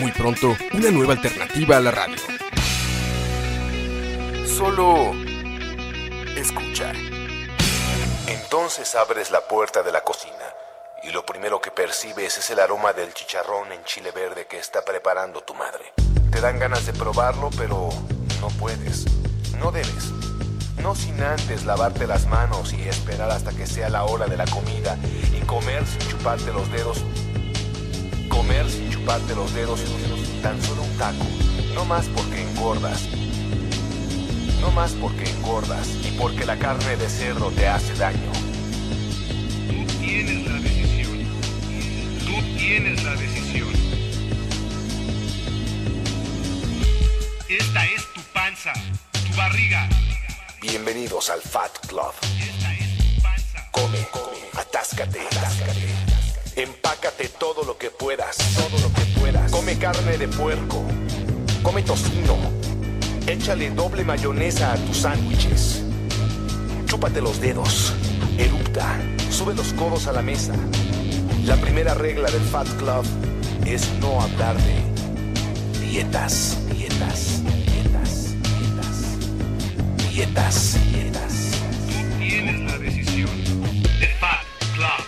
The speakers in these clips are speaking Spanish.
Muy pronto, una nueva alternativa a la radio. Solo escuchar. Entonces abres la puerta de la cocina y lo primero que percibes es el aroma del chicharrón en chile verde que está preparando tu madre. Te dan ganas de probarlo, pero no puedes, no debes. No sin antes lavarte las manos y esperar hasta que sea la hora de la comida y comer sin chuparte los dedos. Comer sin chuparte los dedos tan solo un taco. No más porque engordas. No más porque engordas y porque la carne de cerdo te hace daño. Tú tienes la decisión. Tú tienes la decisión. Esta es tu panza, tu barriga. Bienvenidos al Fat Club. Esta es tu panza. Come, come, atáscate, atáscate. Empácate todo lo que puedas, todo lo que puedas. Come carne de puerco, come tocino, échale doble mayonesa a tus sándwiches. Chúpate los dedos, erupta, sube los codos a la mesa. La primera regla del Fat Club es no hablar de dietas, dietas, dietas, dietas, dietas, dietas. Tú tienes la decisión. The Fat Club.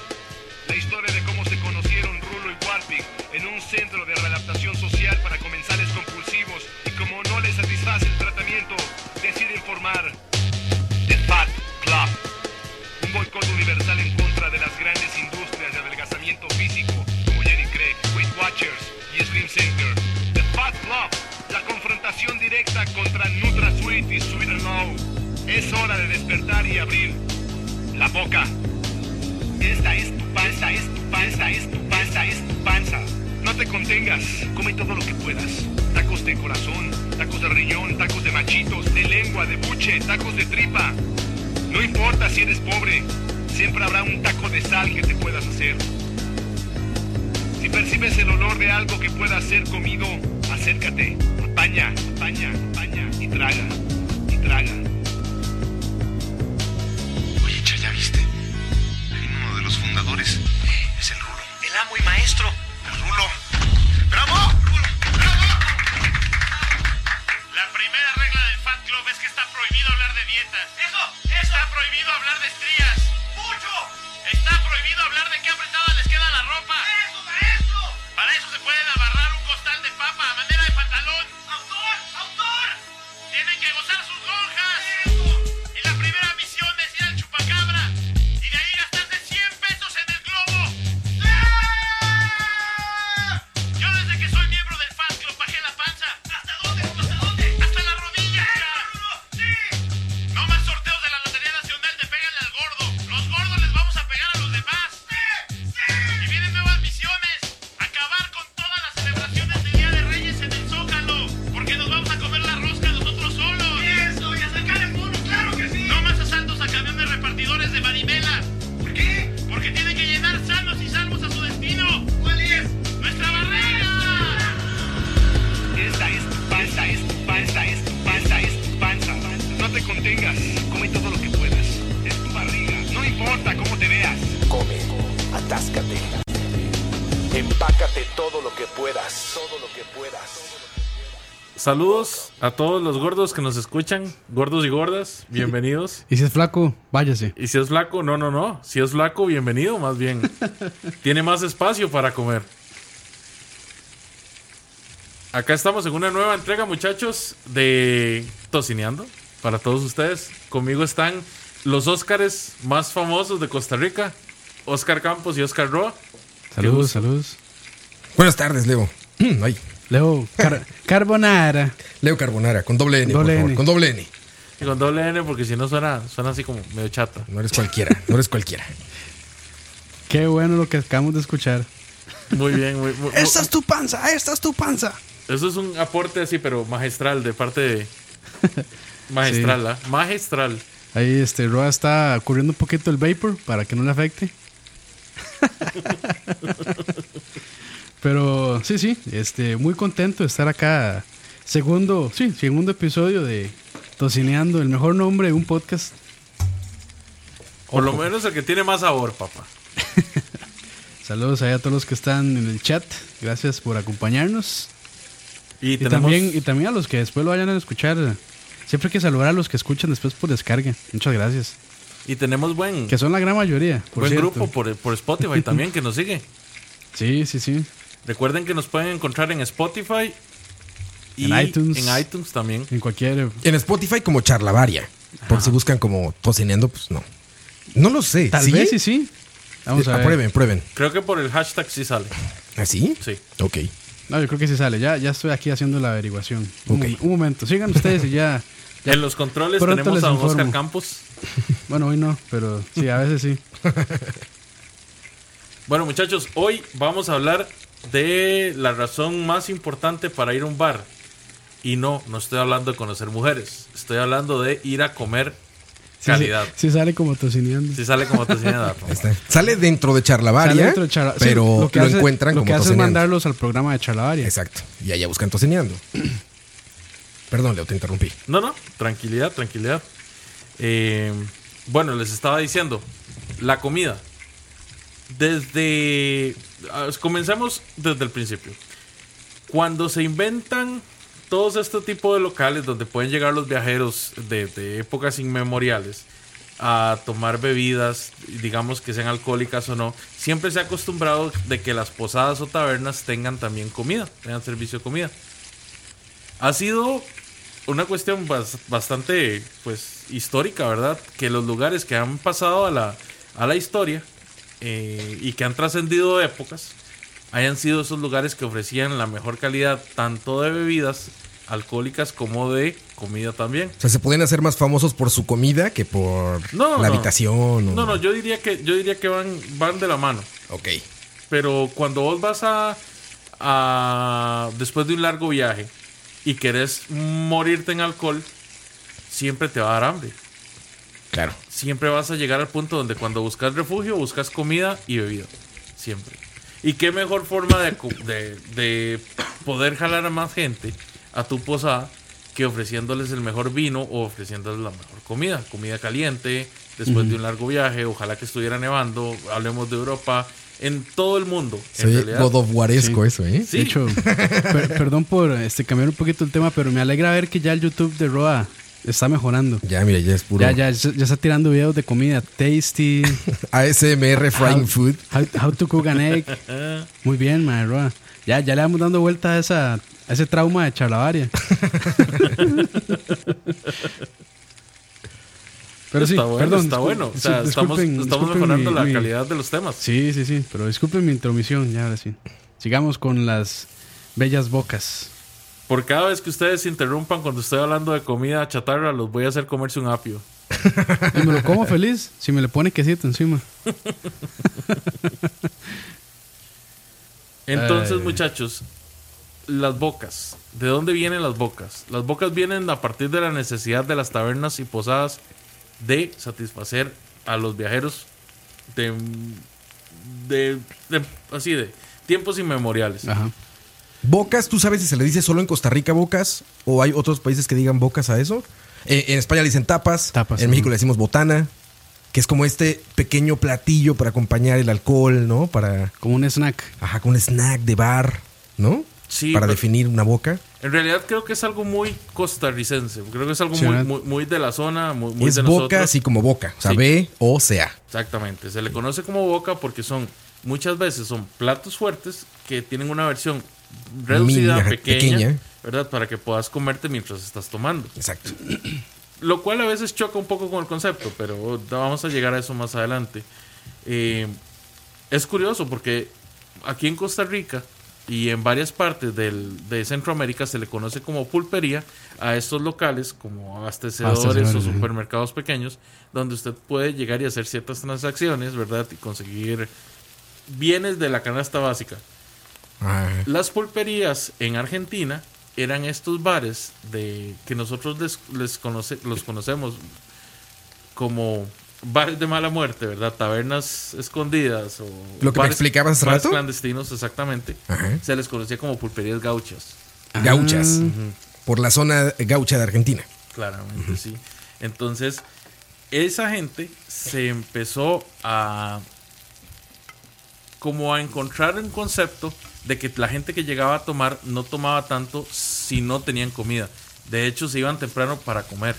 La historia de cómo se conocieron Rulo y Warpig en un centro de readaptación social para comensales compulsivos y como no les satisface el tratamiento, deciden formar The Fat Club. Un boicot universal en contra de las grandes industrias de adelgazamiento físico como Jenny Craig, Weight Watchers y Slim Center. The Fat Club. La confrontación directa contra NutraSweet y Sweet and Low. Es hora de despertar y abrir la boca. Esta es tu panza, es tu panza, es tu panza, es tu panza. No te contengas, come todo lo que puedas. Tacos de corazón, tacos de riñón, tacos de machitos, de lengua, de buche, tacos de tripa. No importa si eres pobre, siempre habrá un taco de sal que te puedas hacer. Si percibes el olor de algo que pueda ser comido, acércate, apaña, apaña, apaña y traga, y traga. Oye, Cha, ¿ya viste? Hay uno de los fundadores. Es el Rulo. El amo y maestro. El Rulo. ¡Bravo! Rulo, ¡Bravo! La primera regla del Fat Club es que está prohibido hablar de dietas. ¡Eso! Está prohibido hablar de estrías. ¡Mucho! Está prohibido hablar de qué apretada les queda la ropa. ¡Eso, maestro! Para eso se pueden abarrar un costal de papa a manera de pantalón. ¡Autor! ¡Autor! Tienen que gozar sus lonjas. Y la primera misión es ir al chupacabra. Y de ahí gastarse 100 pesos en el globo. Yo desde que soy miembro del Fat Club bajé la panza. ¿Hasta dónde? ¿Hasta dónde? Hasta la rodilla. ¡Sí! No más sorteos de la Lotería Nacional de Pégale al Gordo. Los gordos les vamos a pegar a los demás. ¡Sí! ¡Sí! Y vienen nuevas misiones. Acabar con todas las celebraciones del Día de Reyes en el Zócalo. Porque nos vamos a comer la rosca nosotros solos. ¡Eso! Y a sacar el mono, claro que sí. No más asaltos a camiones repartidores de Maribela. ¿Por qué? Porque tienen que llenar sanos y salvos a su destino. ¿Cuál es? ¡Nuestra barrera! Esta es tu panza, es tu panza, es tu panza, es tu panza. No te contengas, come todo lo que puedas. Es tu barriga, no importa cómo te veas. Come, atáscate. Empácate todo lo que puedas, todo lo que puedas. Saludos a todos los gordos que nos escuchan, gordos y gordas, bienvenidos. Y si es flaco, váyase. Y si es flaco, no, no, no. Si es flaco, bienvenido, más bien. Tiene más espacio para comer. Acá estamos en una nueva entrega, muchachos, de Tocineando. Para todos ustedes, conmigo están los Óscares más famosos de Costa Rica, Óscar Campos y Óscar Roa. Saludos, saludos. Buenas tardes, Leo. Ay, Leo, car- carbonara. Leo Carbonara, con doble N, Doble por favor. N. Con doble N. Y con doble N, porque si no suena, suena así como medio chata. No eres cualquiera, no eres cualquiera. Qué bueno lo que acabamos de escuchar. Muy bien, muy, muy- ¡Esta es tu panza! ah, ¡Esta es tu panza! Eso es un aporte así, pero magistral de parte de. Magistral, ¿ah? Magistral. Ahí este Roa está cubriendo un poquito el vapor para que no le afecte. Pero sí, sí, este, muy contento de estar acá. Segundo, sí, segundo episodio de Tocineando, el mejor nombre de un podcast. Por lo menos el que tiene más sabor, papá. Saludos ahí a todos los que están en el chat. Gracias por acompañarnos. Y, Y, tenemos. también, y también a los que después lo vayan a escuchar. Siempre hay que saludar a los que escuchan después por descarga. Muchas gracias. Y tenemos buen, Que son la gran mayoría. Por buen cierto. grupo por, por Spotify también que nos sigue. Sí, sí, sí. Recuerden que nos pueden encontrar en Spotify y En iTunes. en iTunes también. En cualquier En Spotify como charlavaria. Por si buscan como tocineando, pues no. No lo sé. Tal ¿Sí? vez sí, sí. Vamos Eh, a ver. Prueben, prueben. Creo que por el hashtag sí sale. ¿Así? Sí. Ok. No, yo creo que sí sale. Ya, ya estoy aquí haciendo la averiguación. Un, Ok. mom- un momento. Sigan ustedes y ya. En los controles Pronto tenemos les a don informo. Oscar Campos. Bueno, hoy no, pero sí, a veces sí. Bueno, muchachos, hoy vamos a hablar de la razón más importante para ir a un bar. Y no, no estoy hablando de conocer mujeres. Estoy hablando de ir a comer Sí, calidad. Sí, sí sale como tocineando. Si sale como te señala. Ahí está. Sale dentro de charlavaria, Sale dentro de charla- sí, pero lo, hace- encuentran Lo como que hace es tocineando. mandarlos al programa de Chalabaria. Exacto. Y allá buscan tocineando. Perdón, Leo, te interrumpí. No, no, tranquilidad, tranquilidad. Eh, bueno, les estaba diciendo, la comida. Desde... ah, Comenzamos desde el principio. Cuando se inventan todos este tipo de locales donde pueden llegar los viajeros de, de épocas inmemoriales a tomar bebidas, digamos que sean alcohólicas o no, siempre se ha acostumbrado de que las posadas o tabernas tengan también comida, tengan servicio de comida. Ha sido una cuestión bas- bastante pues histórica, ¿verdad? Que los lugares que han pasado a la, a la historia eh, y que han trascendido épocas hayan sido esos lugares que ofrecían la mejor calidad tanto de bebidas alcohólicas como de comida también. O sea, se podían hacer más famosos por su comida que por No, la no. habitación. o- No, no, yo diría que yo diría que van van de la mano. Ok. Pero cuando vos vas a, a- después de un largo viaje y querés morirte en alcohol, siempre te va a dar hambre. Claro. siempre vas a llegar al punto donde cuando buscas refugio, buscas comida y bebida. Siempre. Y qué mejor forma de, acu- de- de poder jalar a más gente a tu posada que ofreciéndoles el mejor vino o ofreciéndoles la mejor comida. Comida caliente, después de un largo viaje, ojalá que estuviera nevando, hablemos de Europa, en todo el mundo. en Soy realidad. godofuaresco eso, ¿eh? Sí. De hecho, per- perdón por este, cambiar un poquito el tema, pero me alegra ver que ya el YouTube de Roa está mejorando. Ya, mira, ya es puro Ya, ya, ya está tirando videos de comida tasty, Ah, ASMR frying How- food. How, how to cook an egg. Muy bien, madre Roa. Ya, ya le vamos dando vuelta a, esa, a ese trauma de charlavaria. Pero sí, está bueno, perdón. está discul- bueno. O sea, disculpen- estamos, estamos disculpen mejorando mi- la mi- calidad de los temas. Sí, sí, sí, pero disculpen mi intromisión, ya ahora sí. Sigamos con las bellas bocas. Por cada vez que ustedes se interrumpan cuando estoy hablando de comida chatarra, los voy a hacer comerse un apio. Y me lo como feliz si me le pone quesito encima. Entonces, Ay. muchachos, las bocas. ¿De dónde vienen las bocas? Las bocas vienen a partir de la necesidad de las tabernas y posadas de satisfacer a los viajeros de, de- de- así de tiempos inmemoriales. Ajá. Bocas, ¿tú sabes si se le dice solo en Costa Rica bocas? ¿O hay otros países que digan bocas a eso? Eh, en España le dicen tapas. Tapas, En ujú. México le decimos botana. Que es como este pequeño platillo para acompañar el alcohol, ¿no? Para. Como un snack. Ajá, con un snack de bar, ¿no? Sí, Para pero- definir una boca. En realidad creo que es algo muy costarricense. Creo que es algo Sí, muy, ¿verdad? muy, muy de la zona, muy, muy es de boca nosotros. así como boca. O sea, Sí. B o sea. Exactamente, se le conoce como boca porque son muchas veces son platos fuertes que tienen una versión reducida, Mini, ajá, pequeña, pequeña. ¿verdad? Para que puedas comerte mientras estás tomando. Exacto. Lo cual a veces choca un poco con el concepto, pero vamos a llegar a eso más adelante. Eh, es curioso porque aquí en Costa Rica y en varias partes del- de Centroamérica se le conoce como pulpería a estos locales como abastecedores, Abastecedores, o ajá. supermercados pequeños donde usted puede llegar y hacer ciertas transacciones, ¿verdad? Y conseguir bienes de la canasta básica. Ah, Las pulperías en Argentina eran estos bares de que nosotros les, les conoce- los conocemos como bares de mala muerte, ¿verdad? Tabernas escondidas o Lo que me explicabas hace bares rato. clandestinos exactamente. Ajá. Se les conocía como pulperías gauchas. Gauchas. Por la zona gaucha de Argentina. Claramente, sí. Entonces, esa gente se empezó a como a encontrar un concepto de que la gente que llegaba a tomar no tomaba tanto si no tenían comida. De hecho, se iban temprano para comer.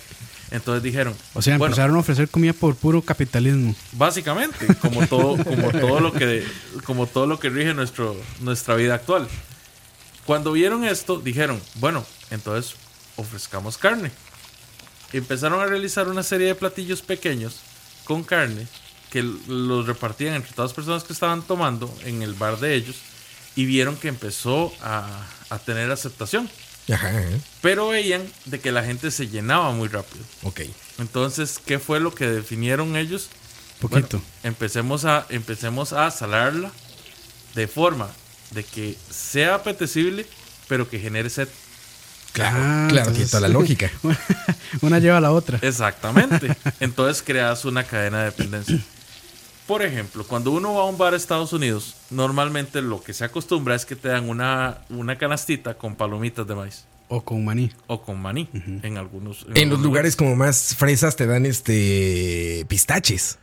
Entonces dijeron, O sea, bueno, empezaron a ofrecer comida por puro capitalismo. básicamente, como todo, como todo lo que como todo lo que rige nuestro, nuestra vida actual. Cuando vieron esto, dijeron, bueno, entonces ofrezcamos carne. Empezaron a realizar una serie de platillos pequeños con carne que l- los repartían entre todas las personas que estaban tomando en el bar de ellos y vieron que empezó a, a tener aceptación. Ajá, ajá. Pero veían de que la gente se llenaba muy rápido. Ok. Entonces, ¿qué fue lo que definieron ellos? Poquito. Bueno, empecemos, a, empecemos a salarla de forma de que sea apetecible, pero que genere sed. Claro, Ah, claro, tiene entonces- toda la lógica. Una lleva a la otra. Exactamente. Entonces creas una cadena de dependencia. Por ejemplo, cuando uno va a un bar a Estados Unidos, normalmente lo que se acostumbra es que te dan una, una canastita con palomitas de maíz O con maní. o con maní en algunos En los algunos lugares como más fresas te dan este pistaches.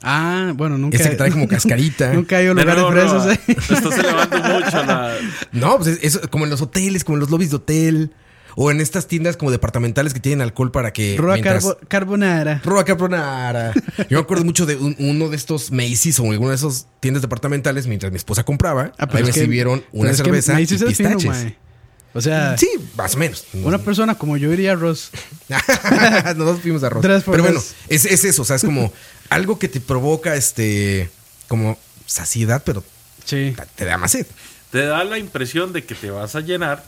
Ah, bueno, nunca. Ese que trae como cascarita. nunca hay De lugares nuevo, presos, Roa, eh. te estás elevando mucho la, No, pues es, es como en los hoteles, como en los lobbies de hotel. O en estas tiendas como departamentales que tienen alcohol para que. Roa Eh, mientras- carbo- carbonara. Roa Carbonara. Yo me acuerdo mucho de un- uno de estos Macy's o alguna de esas tiendas departamentales mientras mi esposa compraba. Ah, pero ahí es que- recibieron pero una es que cerveza y maíz es fino, pistaches. mae. O sea, Sí, más o menos. una persona como yo diría Ross. Nosotros fuimos arroz. Tres por Pero bueno, tres. es, es eso, o sea, es como algo que te provoca este como saciedad, pero Sí. te da más sed. te da la impresión de que te vas a llenar,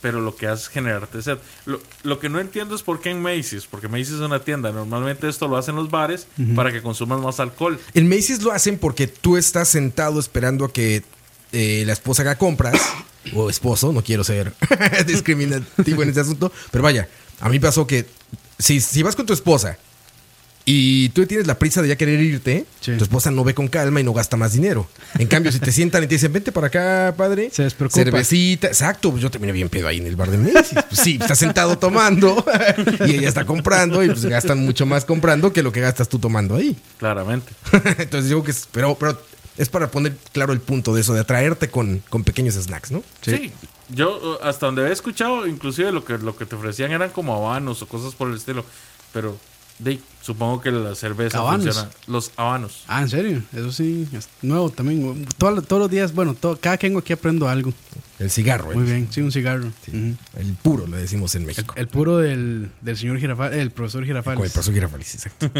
pero lo que hace es generarte sed. Lo, lo que no entiendo es por qué en Macy's, porque Macy's es una tienda. Normalmente esto lo hacen los bares para que consuman más alcohol. En Macy's lo hacen porque tú estás sentado esperando a que eh, la esposa haga compras, o esposo, no quiero ser discriminativo en este asunto, pero vaya, a mí pasó que si, si vas con tu esposa y tú tienes la prisa de ya querer irte, Sí. tu esposa no ve con calma y no gasta más dinero. En cambio, si te sientan y te dicen, vente para acá, padre, Se despreocupa. cervecita, exacto, pues, yo terminé bien pedo ahí en el bar de Macy's. Pues sí, estás sentado tomando y ella está comprando y pues gastan mucho más comprando que lo que gastas tú tomando ahí. Claramente. Entonces digo que es, pero, pero es para poner claro el punto de eso, de atraerte con, con pequeños snacks, ¿no? Sí. Yo eh, hasta donde he escuchado, inclusive lo que, lo que te ofrecían eran como habanos o cosas por el estilo. Pero de, supongo que la cerveza Habanos. funciona. Los habanos. Ah, en serio. Eso sí, es nuevo también. Todo- todos los días, bueno, todo- cada que vengo aquí aprendo algo. El cigarro, Muy el, bien. Sí, un cigarro. Ujú. el puro, le decimos en México. El puro del, del señor Girafal, el profesor Girafal. Con el paso girafales, exacto.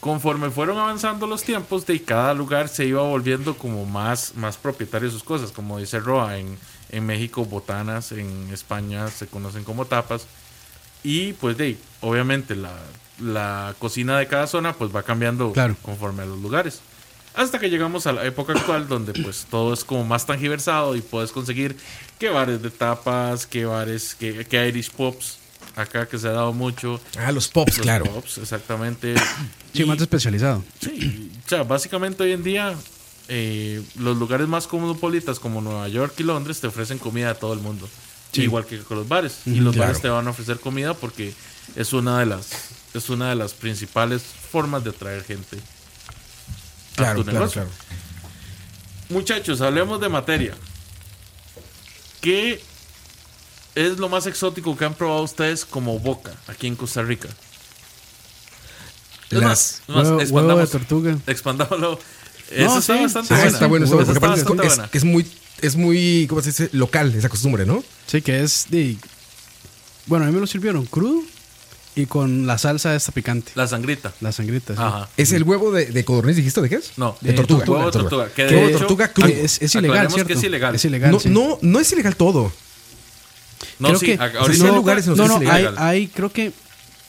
conforme fueron avanzando los tiempos, de cada lugar se iba volviendo como más, más propietario de sus cosas. Como dice Roa, en, en México botanas, en España se conocen como tapas. Y pues de ahí, obviamente la, la cocina de cada zona pues va cambiando Claro. conforme a los lugares. Hasta que llegamos a la época actual donde pues todo es como más tangiversado y puedes conseguir que bares de tapas, que bares, que, que Irish Pops, acá que se ha dado mucho. Ah, los pops, los claro. Pops, exactamente. Sí, Y- más especializado. Sí, o sea, básicamente hoy en día eh, los lugares más cosmopolitas como Nueva York y Londres te ofrecen comida a todo el mundo. Igual que con los bares. Y los Claro. bares te van a ofrecer comida porque es una de las es una de las principales formas de atraer gente a Claro, Ah, tu claro, negocio. claro. Muchachos, hablemos de materia. ¿Qué es lo más exótico que han probado ustedes como boca aquí en Costa Rica? Es más, Las- es más, Huevo- huevo de expandamos- tortuga. Expandámoslo. Eso está sí. bastante Ah, buena. está bueno, está bueno, Eso porque está aparte es, bastante es- buena. que es muy, es muy, ¿cómo se dice? Local, esa costumbre, ¿no? Sí, que es de. Bueno, a mí me lo sirvieron crudo y con la salsa esta picante. La, La sangrita. sangrita. sí. Ajá. Es el huevo de, de codorniz, dijiste, ¿de qué es? Ah. No, eh, de tortuga. huevo de tortuga. Que de Huevo de hecho- tortuga Que crudo. Es, es ilegal, Aclaremos ¿cierto? que es ilegal. ilegal, no, sí. no, no es ilegal todo. No, creo sí, que- a- o sea, ahorita sí hay no- lugares pues, en los No, que no, es hay, ilegal. hay- creo que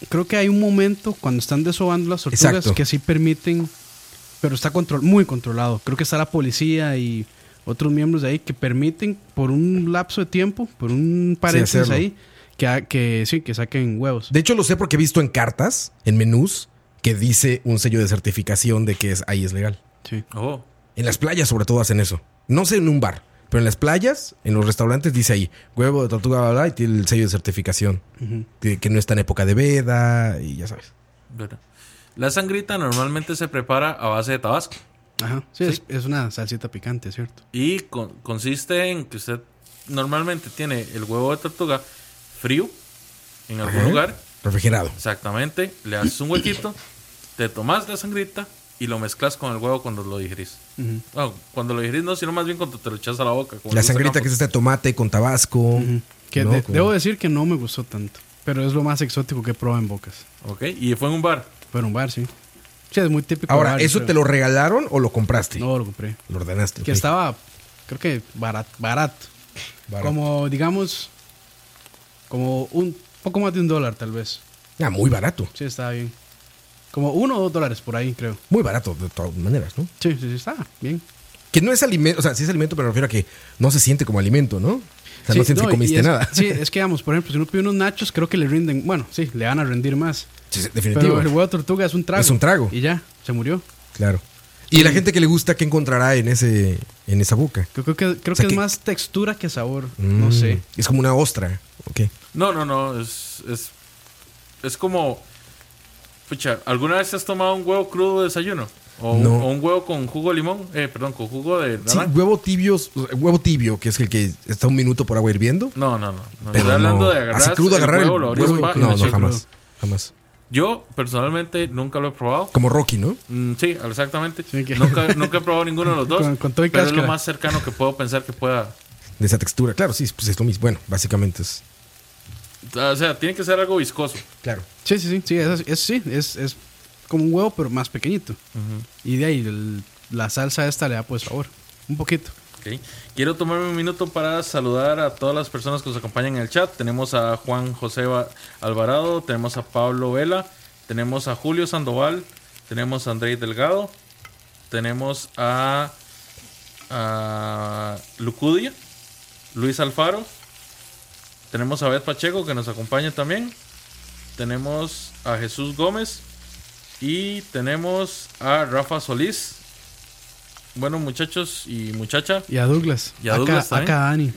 creo que hay un momento cuando están desobando las tortugas Exacto. que sí permiten pero está control, muy controlado. Creo que está la policía y otros miembros de ahí que permiten por un lapso de tiempo, por un paréntesis hacerlo. ahí, que, ha- que sí, que saquen huevos. De hecho, lo sé porque he visto en cartas, en menús, que dice un sello de certificación de que es, ahí es legal. Sí. Oh, En las playas, sobre todo, hacen eso. No sé en un bar, pero en las playas, en los restaurantes, dice ahí, huevo de tortuga, bla, bla, y tiene el sello de certificación. que, que no está en época de veda, y ya sabes. ¿verdad? La sangrita normalmente se prepara a base de tabasco Ajá. Sí, Es, es una salsita picante, ¿cierto? y con- consiste en que usted normalmente tiene el huevo de tortuga frío en algún lugar, Refrigerado. exactamente, le haces un huequito, te tomas la sangrita y lo mezclas con el huevo cuando lo digerís. No, cuando lo digerís no, sino más bien cuando te lo echas a la boca. como La dice sangrita que es Campos. este tomate con tabasco. Que ¿no? de- Con- debo decir que no me gustó tanto, pero es lo más exótico que probé en bocas. Ok, y fue en un bar. Pero un bar, sí. Sí, es muy típico. Ahora, bar, ¿eso creo. te lo regalaron o lo compraste? eh. No, lo compré. Lo ordenaste. Que ok. estaba, creo que barat- barato. Barato. Como, digamos, como un poco más de un dólar, tal vez. Ah, muy barato. Sí, estaba bien. Como uno o dos dólares por ahí, creo. Muy barato, de todas maneras, ¿no? Sí, sí, sí, estaba bien. Que no es alimento, o sea, sí es alimento, pero me refiero a que no se siente como alimento, ¿no? O sea, no Sí, sientes no, que y comiste es- nada. Sí, es que, digamos, por ejemplo, si uno pide unos nachos, creo que le rinden, bueno, sí, le van a rendir más. Sí, sí, Pero definitivo. el huevo tortuga es un trago. Eh, Es un trago. Y ya, se murió. Claro. Y la gente que le gusta, ¿qué encontrará en ese en esa boca? Creo, creo que, creo sea, que que- es más textura que sabor. Mm, No sé. Es como una ostra. Ok. No, no, no, es, es, es como... Pucha, ¿alguna vez has tomado un huevo crudo de desayuno? O, un- No. o un huevo con jugo de limón, eh, perdón, con jugo de Sí, naranja. huevo tibio, huevo tibio, que es el que está un minuto por agua hirviendo. No, no, no. no. Pero Estoy hablando no. de agarrar, así crudo el agarrar el huevo, lo abrís, huevo- pa, y No, lo no, echas. jamás. Jamás. Yo personalmente nunca lo he probado. Como Rocky, ¿no? Mm, sí, exactamente. Sí, que- Nunca, nunca he probado ninguno de los dos. Con- con todo y pero es lo cáscara. más cercano que puedo pensar que pueda. De esa textura. Claro, sí, pues es lo mismo. Bueno, básicamente es. O sea, tiene que ser algo viscoso. Claro. Sí, sí, sí, sí, es, así, es- sí, es, es como un huevo, pero más pequeñito. Y de ahí el- la salsa esta le da pues sabor, un poquito. Ok. Quiero tomarme un minuto para saludar a todas las personas que nos acompañan en el chat. Tenemos a Juan José Va- Alvarado, tenemos a Pablo Vela, tenemos a Julio Sandoval, tenemos a Andrés Delgado, tenemos a, a Lucudia, Luis Alfaro, tenemos a Beth Pacheco que nos acompaña también, tenemos a Jesús Gómez y tenemos a Rafa Solís. Bueno, muchachos y muchacha, Y a Douglas. Y a acá- Douglas también. acá Dani.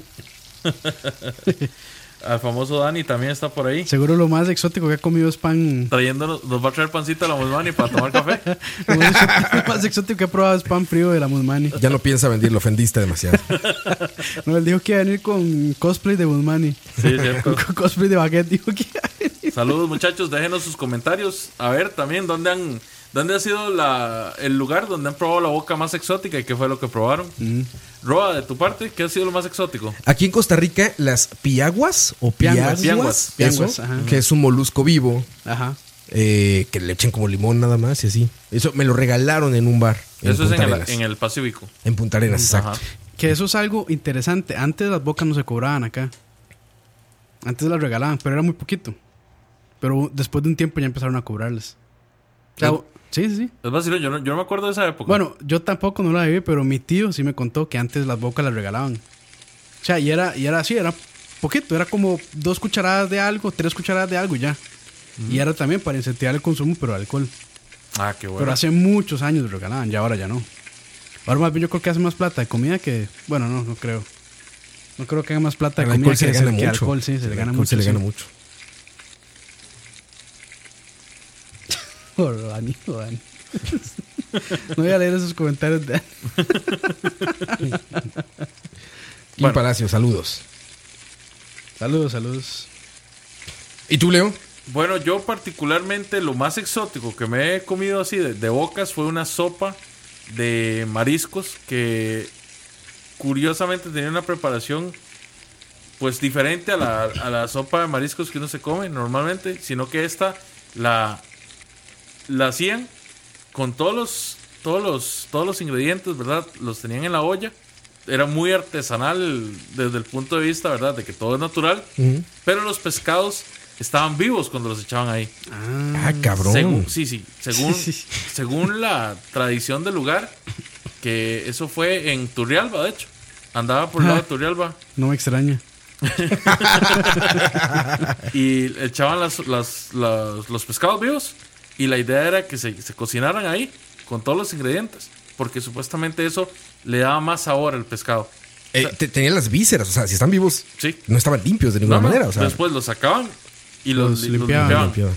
Al famoso Dani también está por ahí. Seguro lo más exótico que ha comido es pan. Trayéndonos, nos va a traer pancita a la Musmani para tomar café. lo más exótico que ha probado es pan frío de la Musmani. Ya no piensa venderlo, ofendiste demasiado. No, él dijo que iba a venir con cosplay de Musmani. Sí, cierto. Con cosplay de baguette dijo que iba a venir. Saludos muchachos, déjenos sus comentarios. A ver también dónde han, dónde ha sido la, el lugar donde han probado la boca más exótica y qué fue lo que probaron. Roa, de tu parte, ¿qué ha sido lo más exótico? Aquí en Costa Rica, las piaguas o piaguas, Pianguas, pianguas, eso, pianguas, ajá. que es un molusco vivo, Ajá. eh, que le echen como limón nada más y así. Eso me lo regalaron en un bar. Eso es en Punta el, Arenas. en el Pacífico. En Punta Arenas, exacto. Ajá. Que eso es algo interesante. Antes las bocas no se cobraban acá. Antes las regalaban, pero era muy poquito. Pero después de un tiempo ya empezaron a cobrarlas. O sea, sí, sí, sí. Es vacilón, yo no, yo no me acuerdo de esa época. Bueno, yo tampoco no la viví, pero mi tío sí me contó que antes las bocas las regalaban. O sea, y era, y era así, era poquito, era como dos cucharadas de algo, tres cucharadas de algo y ya. Y era también para incentivar el consumo, pero de alcohol. ah, qué bueno. Pero hace muchos años lo regalaban, ya ahora ya no. Ahora más bien yo creo que hace más plata de comida que. Bueno, no, no creo. No creo que haga más plata de Al comida alcohol que, se le gana que mucho. alcohol, sí, se le Al gana alcohol mucho. Se le sí. gana mucho. Por Dani, por Dani. no voy a leer esos comentarios de Y Palacio, saludos. Saludos, saludos. ¿Y tú, Leo? Bueno, yo particularmente lo más exótico que me he comido así de, de bocas fue una sopa de mariscos que curiosamente tenía una preparación pues diferente a la, a la sopa de mariscos que uno se come normalmente, sino que esta la, la hacían con todos los, todos los, todos los ingredientes, ¿verdad? Los tenían en la olla. Era muy artesanal desde el punto de vista, ¿verdad? De que todo es natural. Pero los pescados estaban vivos cuando los echaban ahí. Mm, Ah, cabrón. Según, sí, sí, según, Sí, sí. según la tradición del lugar, que eso fue en Turrialba, de hecho. Andaba por el lado de Turrialba No me extraña. y echaban las, las- las- los pescados vivos y la idea era que se, se cocinaran ahí con todos los ingredientes, porque supuestamente eso le daba más sabor al pescado. Eh, te- tenían las vísceras, o sea, si están vivos, Sí. no estaban limpios de No, ninguna no, manera. O sea, Después los sacaban y los, Los li- los limpiaban. limpiaban. Limpiado.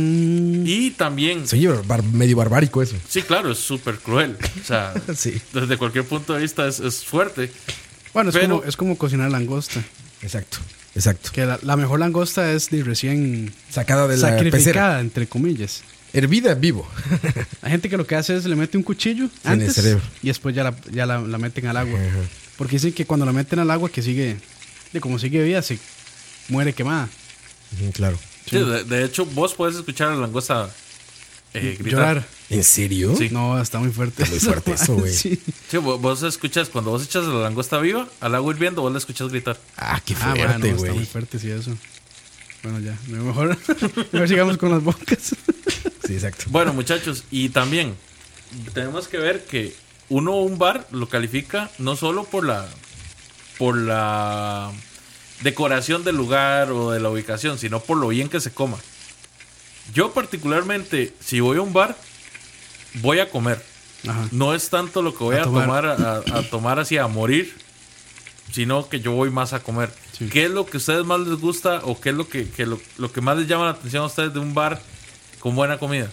Y también, Se oye bar- medio barbárico eso. sí, claro, es súper cruel. O sea, Sí. desde cualquier punto de vista es, es fuerte. Bueno, es, Pero- como, es como cocinar langosta. Exacto, exacto. Que la, la mejor langosta es de recién Sacada de la pecera. sacrificada, entre comillas. Hervida vivo. Hay gente que lo que hace es le mete un cuchillo el antes cerebro. y después ya, la, ya la, la meten al agua. Porque dicen que cuando la meten al agua que sigue, de como sigue viva, se muere quemada. Ujú, claro. Sí, de, de hecho, vos podés escuchar a la langosta eh, gritar. Llorar. ¿En serio? Sí. No, está muy fuerte. Está muy fuerte eso, güey. Sí. Sí, vo- vos escuchas, cuando vos echas a la langosta viva, al agua hirviendo, vos la escuchas gritar. Ah, qué Ah, bueno, fuerte, está güey. muy fuerte, sí, eso. Bueno, ya, mejor, mejor sigamos con las bocas. sí, exacto. Bueno, muchachos, y también tenemos que ver que uno un bar lo califica no solo por la por la decoración del lugar o de la ubicación, sino por lo bien que se coma. Yo particularmente, si voy a un bar, voy a comer. Ajá. No es tanto lo que voy A a, tomar. tomar, a, a tomar así a morir, sino que yo voy más a comer. Sí. ¿Qué es lo que a ustedes más les gusta o qué es lo que, que lo, lo que más les llama la atención a ustedes de un bar con buena comida?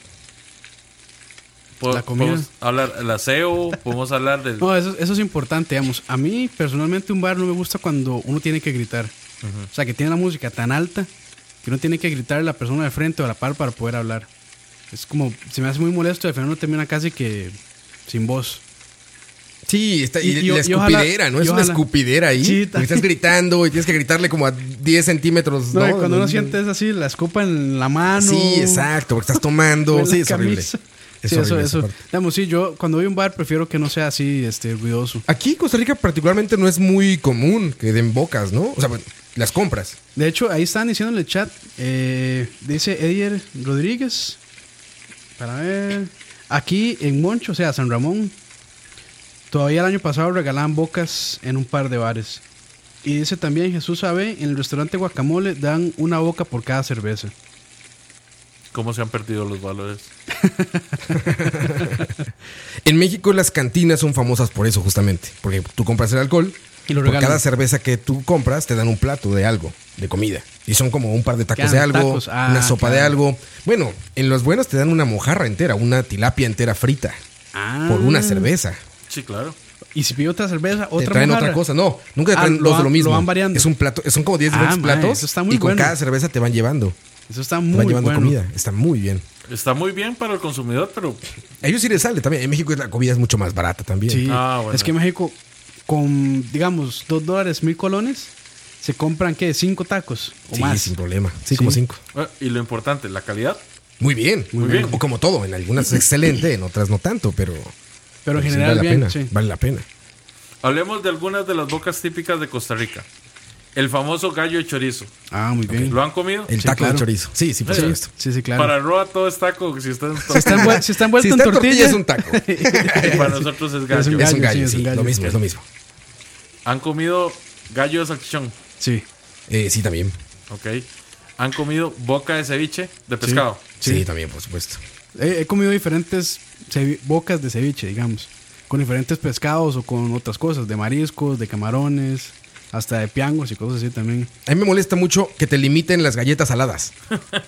Po- La comida. Podemos hablar el aseo, podemos hablar del... No, eso, eso es importante, digamos. A mí, personalmente, un bar no me gusta cuando uno tiene que gritar. O sea, que tiene la música tan alta que uno tiene que gritar a la persona de frente o a la par para poder hablar. Es como, se me hace muy molesto, al final uno termina casi que sin voz. Sí, está, y, Y- y- y la y ojalá- escupidera, ¿no? y Es una ojalá. escupidera ahí. Sí, porque estás gritando y tienes que gritarle como a 10 centímetros. No, No, y cuando uno De- siente es así, la escopa en la mano. Sí, exacto, porque estás o tomando. en Sí, la es horrible. camisa. Es sí, horrible esa eso, eso. parte. Digamos, sí, yo cuando voy a un bar prefiero que no sea así, este, ruidoso. Aquí en Costa Rica particularmente no es muy común que den bocas, ¿no? O sea, bueno, las compras. De hecho, ahí están diciendo en el chat. eh, dice Edier Rodríguez. Para ver. Aquí en Moncho, o sea, San Ramón. Todavía el año pasado regalaban bocas en un par de bares. Y dice también Jesús Abe, en el restaurante Guacamole dan una boca por cada cerveza. ¿Cómo se han perdido los valores? En México las cantinas son famosas por eso justamente, porque tú compras el alcohol Y lo por regalan. cada cerveza que tú compras te dan un plato de algo, de comida. Y son como un par de tacos Quedan de algo, tacos. Ah, una sopa de claro. algo. Bueno, en los buenos te dan una mojarra entera, una tilapia entera frita por una cerveza. Sí, claro. Y si pido otra cerveza, Ah, otra te traen mojarra. otra cosa, no, nunca te Ah, traen lo los de van- lo lo mismo. van variando. Es un plato, son como 10 Ah, diferentes mae, platos eso está muy y con bueno. cada cerveza te van llevando, Eso está te muy van llevando bueno. comida, está muy bien. Está muy bien para el consumidor, pero A ellos sí les sale también. En México la comida es mucho más barata también. Sí, Ah, bueno. es que en México, con, digamos, dos dólares, mil colones, se compran, ¿qué? Cinco tacos o Sí, más. sin problema. Sí, como cinco. eh, y lo importante, la calidad. Muy bien. Muy bien. O como todo, en algunas es excelente, en otras no tanto, pero. Pero en sí general, vale bien, la pena. sí. Vale la pena. Hablemos de algunas de las bocas típicas de Costa Rica. El famoso gallo de chorizo. Ah, muy bien. ¿Lo han comido? El Sí, taco claro. de chorizo. Sí, sí, por Sí. supuesto. Sí, sí, claro. Para Roa todo es taco. Si ustedes Si está, envuel- si está envuelto Si en está en tortilla, tortilla, es un taco. para nosotros es Es un gallo. es un gallo, sí, es sí, un gallo. Lo mismo, es lo mismo. Han comido gallo de salchichón. Sí, Eh, sí, también. Ok. Han comido boca de ceviche de pescado. Sí. Sí. también, por supuesto. he, he comido diferentes cevi- bocas de ceviche, digamos, con diferentes pescados o con otras cosas, de mariscos, de camarones, hasta de piangos y cosas así también. A mí me molesta mucho que te limiten las galletas saladas.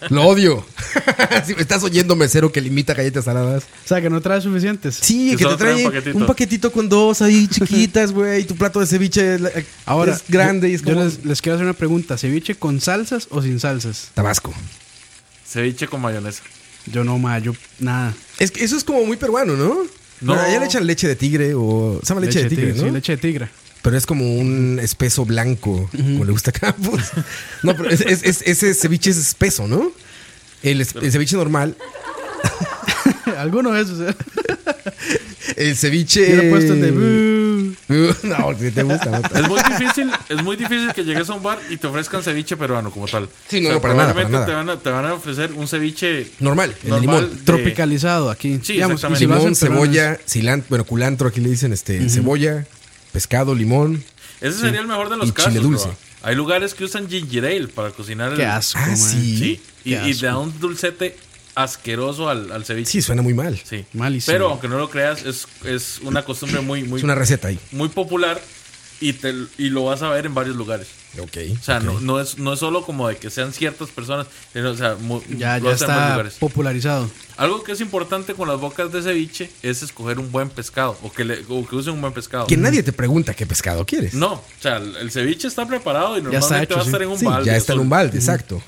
Lo odio. si me estás oyendo, mesero, que limita galletas saladas. O sea, que no trae suficientes. Sí, Que que, te solo traen trae un un paquetito. paquetito. con dos ahí chiquitas, güey. Tu plato de ceviche la- es, Ahora, grande yo, y es yo como... les, les quiero hacer una pregunta: ¿ceviche con salsas o sin salsas? Tabasco. Ceviche con mayonesa. Yo no, ma, yo nada. Es que eso es como muy peruano, ¿no? No. No. Allá le echan leche de tigre o. Se llama leche, de tigre, ¿no? Sí, leche de tigre. Pero es como un espeso blanco, como le gusta a Campos. No, pero es- es- es- ese ceviche es espeso, ¿no? El, es- el ceviche normal. Alguno de esos. eh. El Yo ceviche. Eh, le he puesto el de. no, si te gusta. No, Es muy difícil, es muy difícil que llegues a un bar y te ofrezcan ceviche peruano como tal. Sí, no, no, para nada, para probablemente nada. Te, van a, te van a ofrecer un ceviche Normal, el de normal limón. de- Tropicalizado aquí. eh, Sí, y exactamente. si lo Limón, hacen peruanos, cebolla, cilantro, bueno, culantro, aquí le dicen este, cebolla, pescado, limón. Ese sería el mejor de los Y casos. chile dulce. bro. Hay lugares que usan ginger ale para cocinar el Qué asco, Ah, man. sí. Sí, y, Qué y asco. le da un dulcete asqueroso al, al ceviche. Sí, suena muy mal. Sí. Malísimo. Pero aunque no lo creas, es, es una costumbre muy, muy, Es una receta ahí. muy popular y, te, y lo vas a ver en varios lugares. Ok. O sea, no, no, es, no es solo como de que sean ciertas personas, sino, o sea, mu- Ya, lo hacen en ya varios está lugares. popularizado. Algo que es importante con las bocas de ceviche es escoger un buen pescado o que, le, o que usen un buen pescado. Que nadie te pregunta qué pescado quieres. No, o sea, el el ceviche está preparado y Ya está normalmente hecho, va a sí. estar en un Sí, balde. ya está en un eso- balde, exacto.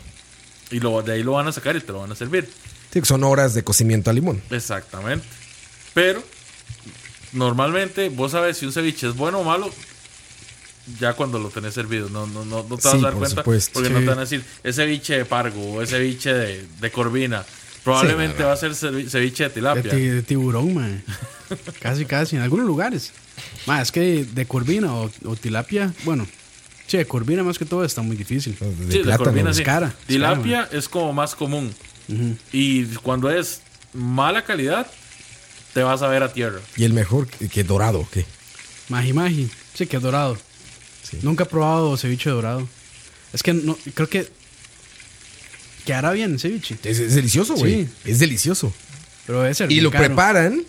Y lo, de ahí lo van a sacar y te lo van a servir. Sí, que son horas de cocimiento a limón. Exactamente. Pero normalmente vos sabes si un ceviche es bueno o malo ya cuando lo tenés servido. No, no, no, no te vas Sí, a dar por cuenta supueste. porque no Sí. te van a decir es ceviche de pargo o es ceviche de, de corvina. Probablemente Sí, no, no. va a ser cevi- ceviche de De, tilapia. ti- de tiburón, man. casi, casi. En algunos lugares. Ma, es que de corvina o, o tilapia, bueno. Sí, de corvina más que todo está muy difícil. De Sí, de plátano. corvina es sí. cara, es Tilapia es como más común. Y cuando es mala calidad, te vas a ver a tierra. Y el mejor que, que dorado, ¿qué? Maji maji. Sí, que es dorado. Sí. Nunca he probado ceviche dorado. Es que no, creo que quedará bien el ceviche. Es, es delicioso, güey. Sí. Es delicioso. Pero debe ser Y bien lo caro. preparan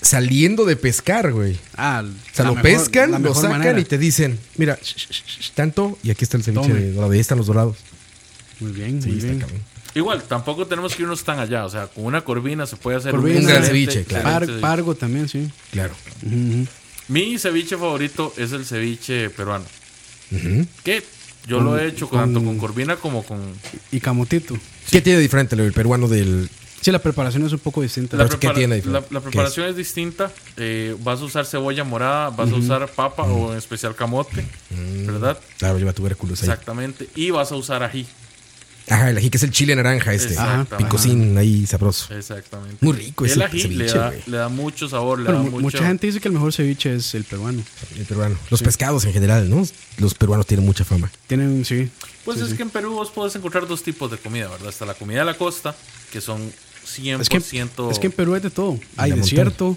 saliendo de pescar, güey. Ah, O sea, la lo mejor- pescan, la lo mejor sacan manera. y te dicen, mira, sh- sh- sh- sh, tanto, y aquí está el ceviche Tome. de dorado, y ahí están los dorados. Muy bien, Sí, muy está bien. cabrón. Igual, tampoco tenemos que irnos tan allá. O sea, con una corvina se puede hacer Corvina, Un gran excelente- ceviche, claro. Par- excelente ceviche. pargo también, sí. Claro. Mi ceviche favorito es el ceviche peruano. Que yo lo he hecho con- tanto con corvina como con... Y camotito. ¿Qué tiene de diferente el peruano del...? Sí, la preparación es un poco distinta. La, Pero, ¿qué prepara- tiene la- diferente? la ¿Qué preparación es? distinta. Eh, vas a usar cebolla morada, vas a usar papa o en especial camote, ¿verdad? Claro, lleva tubérculos ahí. Exactamente. Y vas a usar ají. Ajá, el ají que es el chile naranja este. Ajá. Picosín ahí, sabroso. Exactamente. Muy rico ese El ají le, ceviche, da, güey. le da mucho sabor, le Bueno, da mu- mucho... mucha gente dice que el mejor ceviche es el peruano. El peruano. Los pescados en general, ¿no? Los peruanos tienen mucha fama. Tienen, sí. Pues es que en Perú vos podés encontrar dos tipos de comida, ¿verdad? Está la comida de la costa, que son 100%... Es que, es que en Perú hay de todo. Hay montaña. desierto,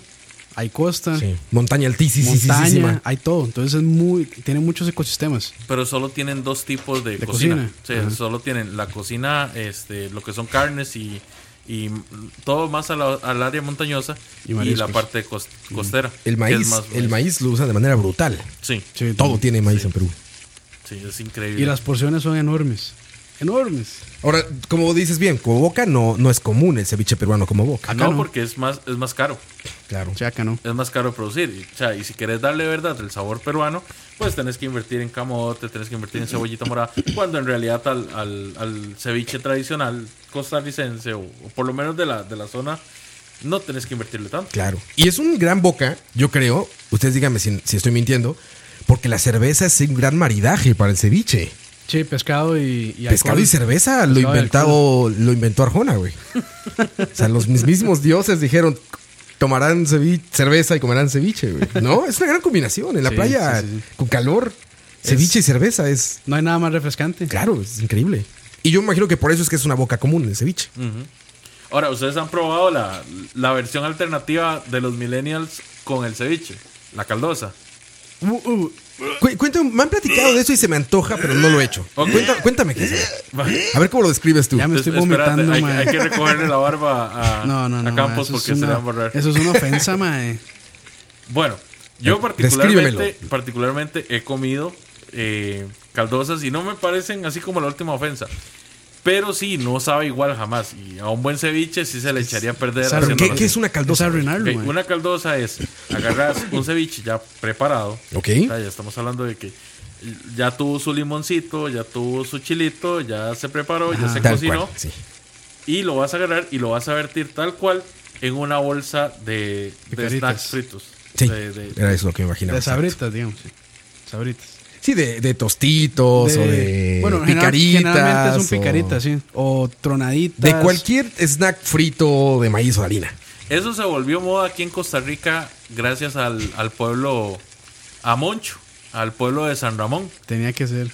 hay costa, Sí. Montaña altísima. Ah. montaña, hay todo. Entonces es muy, tiene muchos ecosistemas. pero solo tienen dos tipos de, De cocina. cocina. O sea, Ajá. solo tienen la cocina, este, lo que son carnes y, y todo más a la- al área montañosa y, Y mariscos. Mm. la parte cos- costera. que El es maíz, más- el maíz lo usan de manera brutal. Sí, Sí, Todo tiene maíz en Perú. sí, es Y increíble. las porciones son enormes. Enormes. Ahora, como dices bien, como boca no, no es común el ceviche peruano como boca. acá no, no. porque es más, es más caro. Claro. Sí, acá no. Es más caro producir. Y, o sea, y si querés darle verdad el sabor peruano, pues tenés que invertir en camote, tenés que invertir en cebollita morada, cuando en realidad al, al- al ceviche tradicional costarricense o, o por lo menos de la, de la zona, no tenés que invertirle tanto. Claro. Y es un gran boca, yo creo. Ustedes díganme si, si estoy mintiendo. Porque la cerveza es un gran maridaje para el ceviche. Sí, pescado y, y Pescado alcohol. y cerveza Pescado lo y inventado, lo inventó Arjona, güey. O sea, los mismísimos dioses dijeron tomarán cevi- cerveza y comerán ceviche, güey. No, es una gran combinación. En la Sí, playa, sí, sí, sí. con calor, ceviche y cerveza es, No hay nada más refrescante. claro, es increíble. Y yo me imagino que por eso es que es una boca común el ceviche. Mm. Ahora, ¿ustedes han probado la, la versión alternativa de los millennials con el ceviche? La caldosa. Uh, uh. Cu- cuéntame, me han platicado de eso y se me antoja, pero no lo he hecho. Ok. Cuenta- cuéntame qué es. A ver cómo lo describes tú. Ya me estoy Espérate, vomitando, hay, que- mae. hay que recogerle la barba a, No, no, no. a Campos mae, eso pues, es porque se le una- van a borrar. Eso es Eh, una ofensa, mae. Bueno, yo particularmente, Descríbemelo. particularmente he comido eh, caldosas y no me parecen así como la última ofensa. Pero sí, no sabe igual jamás. Y a un buen ceviche sí se le echaría a perder. Sabe- Pero haciéndolo ¿qué, qué es así. una Es caldosa? arruinarlo, Ok, mae. una caldosa es agarras un ceviche ya preparado. Ok. O sea, ya estamos hablando de que ya tuvo su limoncito, ya tuvo su chilito, ya se preparó, ya se Ah, Tal cocinó. cual, sí. Y lo vas a agarrar y lo vas a vertir tal cual en una bolsa de, de De caritas. snacks fritos. Sí, De- de- era eso lo que me imaginaba. De sabritas, digamos. sí. Sabritas. Sí, de, de tostitos o de bueno, general- picaritas. Generalmente es un o picarita, sí. O tronaditas. De cualquier snack frito de maíz o de harina. Eso se volvió moda aquí en Costa Rica gracias al, al pueblo a Moncho, al pueblo de San Ramón. Tenía que ser.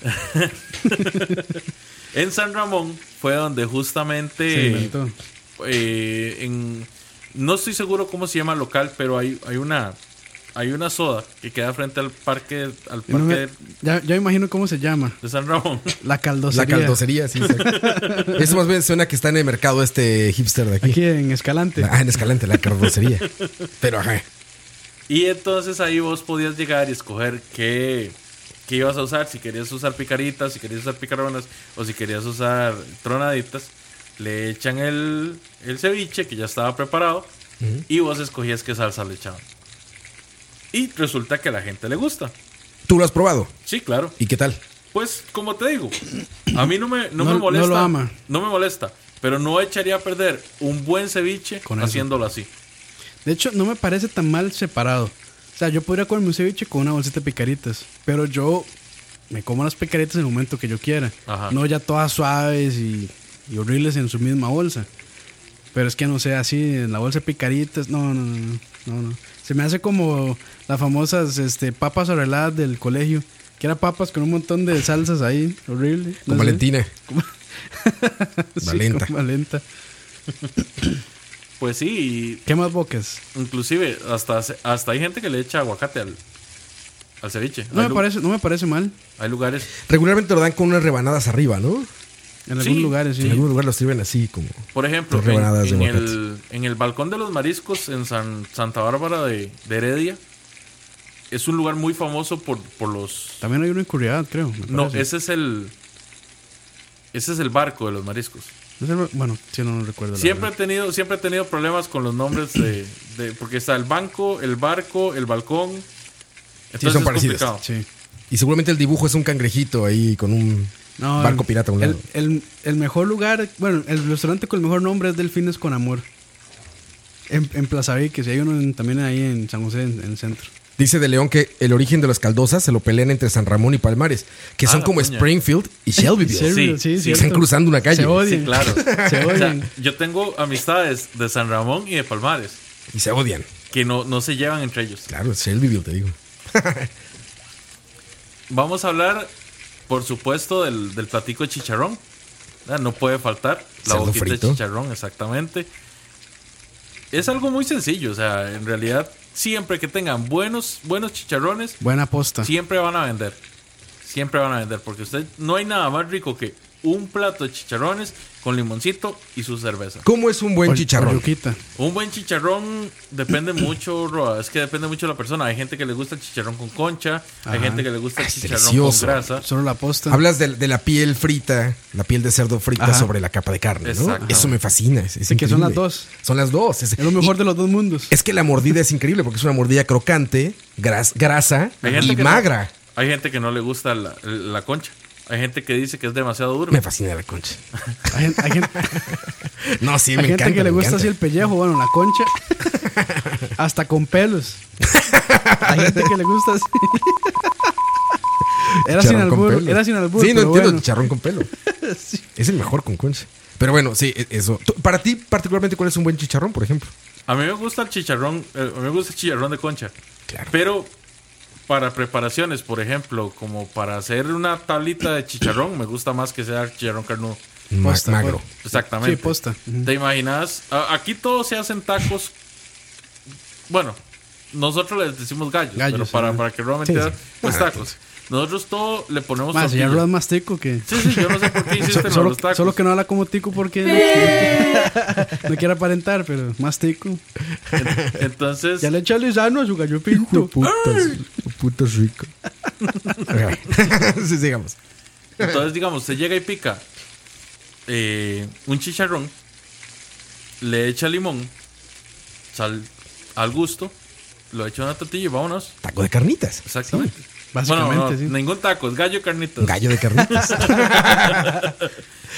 En San Ramón fue donde justamente... Se inventó. eh, en- no estoy seguro cómo se llama el local, pero hay, hay una hay una soda que queda frente al parque al No me- parque ya, ya me imagino cómo se llama. de San Ramón. La La caldocería. caldocería, sí. exacto. Eso más bien suena que está en el mercado este hipster de aquí. Aquí en Escalante. Ah, en Escalante, la carrocería. Pero ajá. Y entonces ahí vos podías llegar y escoger qué, qué ibas a usar, si querías usar picaritas, si querías usar picaronas o si querías usar tronaditas. Le echan el, el ceviche que ya estaba preparado y vos escogías qué salsa le echaban. Y resulta que a la gente le gusta. ¿Tú lo has probado? Sí, claro. ¿Y qué tal? Pues como te digo, a mí no me, no No- me no molesta. lo ama. no me molesta, pero no echaría a perder un buen ceviche Con eso. haciéndolo así. De hecho, no me parece tan mal separado. O sea, yo podría comerme un ceviche con una bolsita de picaritas. Pero yo me como las picaritas en el momento que yo quiera. Ajá. No ya todas suaves y, y horribles en su misma bolsa. Pero es que no sé, así en la bolsa de picaritas. No, no, no, no. no, no. Se me hace como las famosas este, papas arregladas del colegio. Que era papas con un montón de salsas ahí, horrible. Con no sé. Valentina. Sí, Valenta. con Valenta. Pues sí, ¿Qué más bocas? y inclusive hasta, hasta hay gente que le echa aguacate al, al ceviche. No hay, me, lu- parece, no me parece mal. hay lugares. Regularmente lo dan con unas rebanadas arriba, ¿no? En Sí, algunos lugares, En algún lugar lo sirven así, como. Por ejemplo, Tres en, rebanadas de en aguacate. el, en el Balcón de los Mariscos, en San- Santa Bárbara de, de Heredia, es un lugar muy famoso por, por los... También hay una en Curiosidad, creo. me No, parece. ese es el... Ese es el barco de los mariscos. No sé, Bueno, si no, no recuerdo. la Siempre he verdad. tenido, siempre he tenido problemas con los nombres de, de- porque está el banco, el barco, el balcón. Entonces son es parecidos. complicado. Sí. Y seguramente el dibujo es un cangrejito ahí con un No, barco el- pirata a un lado. El, el- el mejor lugar, bueno, el restaurante con el mejor nombre es Delfines con Amor. En, en Plaza Viques, y hay uno en- también ahí en San José, en, en el centro. Dice De León que el origen de las caldosas se lo pelean entre San Ramón y Palmares, que Ah, son la como puña. Springfield y Shelbyville. Shelbyville, sí, Que cierto. Están cruzando una calle Se odian. Sí, claro. Se O sea, odian. yo tengo amistades de San Ramón y de Palmares y se odian. que no, no se llevan entre ellos. Claro, es Shelbyville, te digo. Vamos a hablar, por supuesto, del, del platico de chicharrón. Ah, No puede faltar la Cerdo boquita frito. de chicharrón, exactamente. Es algo muy sencillo, o sea, en realidad siempre que tengan buenos, buenos chicharrones, Buena posta. Siempre van a vender. Siempre van a vender. Porque usted no hay nada más rico que un plato de chicharrones con limoncito y su cerveza. ¿Cómo es un buen Ol- chicharrón? ollujita. Un buen chicharrón depende mucho, Roa. Es que depende mucho de la persona. Hay gente que le gusta el chicharrón con concha. Hay Ajá. gente que le gusta el Ah, es chicharrón delicioso. con grasa. Solo la posta. Hablas de, de la piel frita, la piel de cerdo frita Ajá. sobre la capa de carne, ¿no? Exacto. Eso me fascina. Es, es Sí, que son increíble. las dos. Son las dos. Es, Es lo mejor y- de los dos mundos. es que la mordida es increíble porque es una mordida crocante, gras- grasa Hay gente y que magra. no- hay gente que no le gusta la, la concha. Hay gente que dice que es demasiado duro. Me fascina la concha. Hay, gen- hay gen- hay No, sí, me gente encanta. que me le gusta encanta. así el pellejo, bueno, la concha. Hasta con pelos. Hay gente que le gusta así. Era sin Chicharrón con albur, pelo. era sin albur. Sí, no pero entiendo bueno. el chicharrón con pelo. Sí. Es el mejor con concha. Pero bueno, sí, e- eso. Tú- Para ti, particularmente, ¿cuál es un buen chicharrón, por ejemplo? A mí me gusta el chicharrón. eh, a mí me gusta el chicharrón de concha. Claro. Pero para preparaciones, por ejemplo, como para hacer una tablita de chicharrón, me gusta más que sea chicharrón carnudo. Ma- Posta, magro. pues. Exactamente. Sí, posta. Ujú. ¿Te imaginas? A- aquí todos se hacen tacos. Bueno, nosotros les decimos gallos, Gallos, pero para, ajá. Ah, para que realmente Sí, sí. entiendan, los tacos. Nosotros todo le ponemos Más, pues ya tortilla. lo más tico que. Sí, sí, yo no sé por qué hiciste lo de Solo, los tacos. solo que no habla como tico porque. no quiere- no quiere aparentar, pero más tico. Entonces, Ya le echa lisano a su gallo pinto. Putas, putas rico. sí, sigamos. Entonces, digamos, se llega y pica eh, un chicharrón, le echa limón, sal al gusto, lo echa en una tortilla y vámonos. Taco de carnitas. Exactamente. básicamente, Bueno, no, sí. Ningún taco, es gallo carnitas. Gallo de carnitas.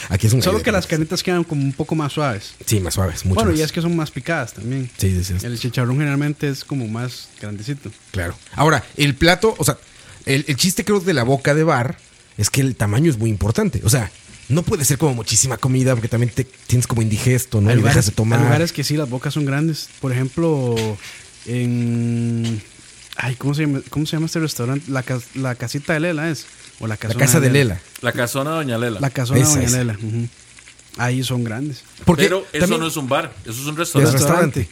Aquí es un gallo Solo de que las carnitas. canetas quedan como un poco más suaves. Sí, más suaves, mucho bueno, y más. es que son más picadas también. Sí, sí, sí. es- El chicharrón generalmente es como más grandecito. Claro. Ahora, el plato, o sea, el, el chiste creo de la boca de bar es que el tamaño es muy importante. O sea, no puede ser como muchísima comida porque también te tienes como indigesto, ¿no? hay, y dejas lugares, de tomar. hay lugares que sí, las bocas son grandes. Por ejemplo, en. Ay, ¿cómo se llama, cómo se llama este restaurante? La, cas- la casita de Lela es. O la, La casona casa de Lela. La casona de Doña Lela. La casona Esa, de Doña esa. Lela. ujú. Ahí son grandes. Porque Pero eso también- no es un bar, eso es un es restaurante. restaurante.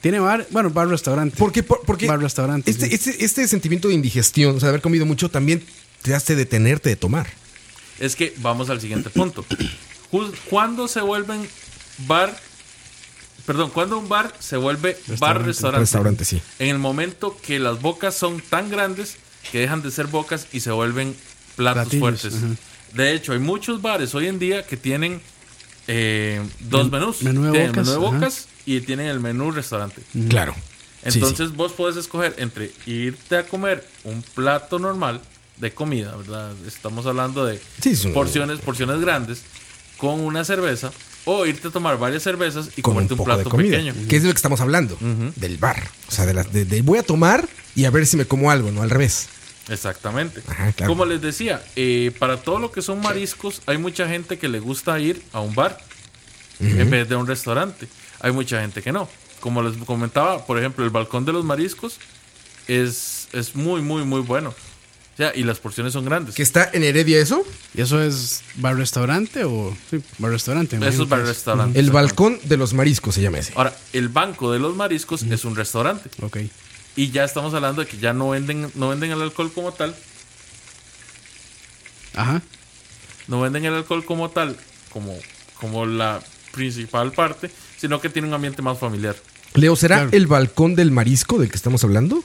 Tiene bar, bueno, bar restaurante. Porque, por- porque Bar, restaurante, este, sí. este, este sentimiento de indigestión, o sea, de haber comido mucho, también te hace detenerte de tomar. Es que vamos al siguiente punto. Ju- ¿Cuándo se vuelven bar? Perdón, ¿cuándo un bar se vuelve bar-restaurante? Restaurante, sí. En el momento que las bocas son tan grandes que dejan de ser bocas y se vuelven platos Platillos, fuertes. ajá. De hecho, hay muchos bares hoy en día que tienen eh, dos Men- menús. menú de tienen bocas, el menú de ajá. bocas y tienen el menú restaurante. Claro. Sí, sí. Entonces vos podés escoger entre irte a comer un plato normal de comida, ¿verdad? Estamos hablando de Sí, es un- porciones, porciones grandes, con una cerveza, o irte a tomar varias cervezas y Con un comerte un, poco de plato comida. pequeño. Que es de lo que estamos hablando. Del bar. O sea, de, las de- de voy a tomar y a ver si me como algo, ¿no? Al revés. Exactamente. Ajá, claro. Como les decía, eh, para todo lo que son mariscos, hay mucha gente que le gusta ir a un bar en vez de a un restaurante. Hay mucha gente que no. Como les comentaba, por ejemplo, el balcón de los mariscos es, es muy, muy, muy bueno. O sea, y las porciones son grandes. Que está en Heredia eso. ¿Y eso es bar restaurante o sí, bar restaurante? me Eso imagino es para que el es. restaurante. El balcón de los mariscos se llama ese. Ahora, el banco de los mariscos es un restaurante. Ok. Y ya estamos hablando de que ya no venden, no venden el alcohol como tal. Ajá. No venden el alcohol como tal, como, como la principal parte, sino que tiene un ambiente más familiar. Leo, ¿será Claro. el balcón del marisco del que estamos hablando?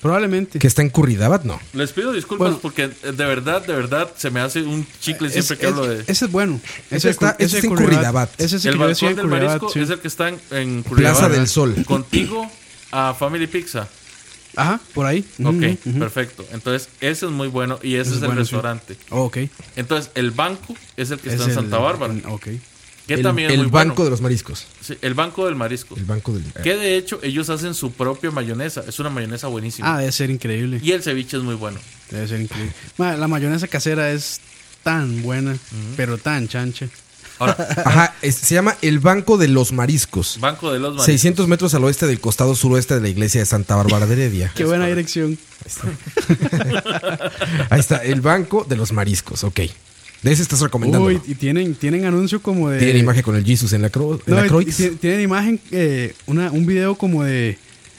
Probablemente. Que está en Curridabat, no. Les pido disculpas Bueno. porque eh, de verdad, de verdad, se me hace un chicle siempre Es- que hablo es- de... Ese es bueno. Ese está- de ese está en Curridabat. Curridabat. Ese sí el que yo balcón decía en del Curridabat, marisco sí. es el que está en, en Plaza Curridabat. del Sol. Contigo a Family Pizza. Ajá, por ahí. Ok, Ujú, ujú. perfecto. Entonces, ese es muy bueno y ese Ese es, es el bueno, sí. restaurante. Oh, ok. Entonces, el banco es el que Es está en el- Santa Bárbara. en- ok. Que el también es el muy banco bueno. Eh. de los mariscos. Sí, el banco del marisco. El banco del. Que de hecho, ellos hacen su propia mayonesa. Es una mayonesa buenísima. Ah, debe ser increíble. Y el ceviche es muy bueno. Debe ser increíble. Ma, la mayonesa casera es tan buena, pero tan chanche. Ahora, Ajá, es- se llama el banco de los mariscos. banco de los mariscos. 600 metros al oeste del costado suroeste de la iglesia de Santa Bárbara de Heredia. Qué buena dirección. Ahí está, el banco de los mariscos, ok. De ese estás recomendando. Uy, y tienen, tienen anuncio como de. Tiene imagen con el Jesus en la, cro- en No, la y- croix. ti- tienen imagen, eh, una, un video como de.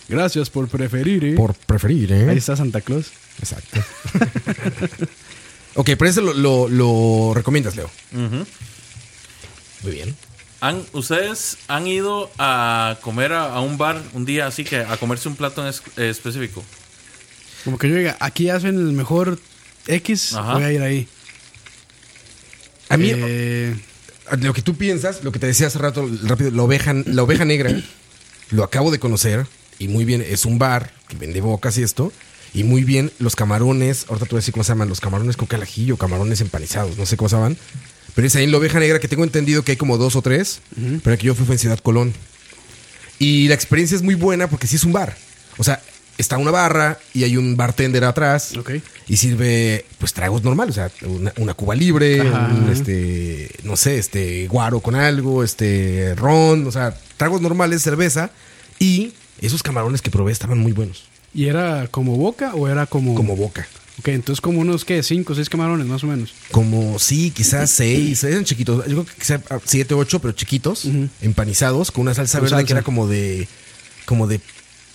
Gracias por preferir, eh". Por preferir, ¿eh? Ahí está Santa Claus. Exacto. ok, pero ese lo, lo- lo recomiendas, Leo. Ujú. Muy bien. ¿Han, ¿Ustedes han ido a comer a, a un bar un día así que a comerse un plato en es- eh, específico? Como que yo diga, aquí hacen el mejor X, Ajá. voy a ir ahí. A mí, Eh, lo que tú piensas, lo que te decía hace rato, rápido, la oveja, la oveja negra, lo acabo de conocer, y muy bien, es un bar que vende bocas y esto, y muy bien, los camarones, ahorita tú voy a decir cómo se llaman, los camarones con calajillo, camarones empanizados, no sé cómo se llaman, pero es ahí en la oveja negra que tengo entendido que hay como dos o tres, pero que yo fui fue en Ciudad Colón. Y la experiencia es muy buena porque sí es un bar. O sea, está una barra y hay un bartender atrás. Ok. Y sirve, pues, tragos normales. O sea, una, una cuba libre, Ajá. un, este, no sé, este, guaro con algo, este, ron. O sea, tragos normales, cerveza. Y esos camarones que probé estaban muy buenos. ¿Y era como boca o era como.? Como boca. Ok, entonces como unos, ¿qué? Cinco, seis camarones más o menos. Como, sí, quizás seis. Eran chiquitos. Yo creo que quizás ah, siete, ocho, pero chiquitos. Empanizados. Con una salsa Con verde que salsa. era como de... Como de...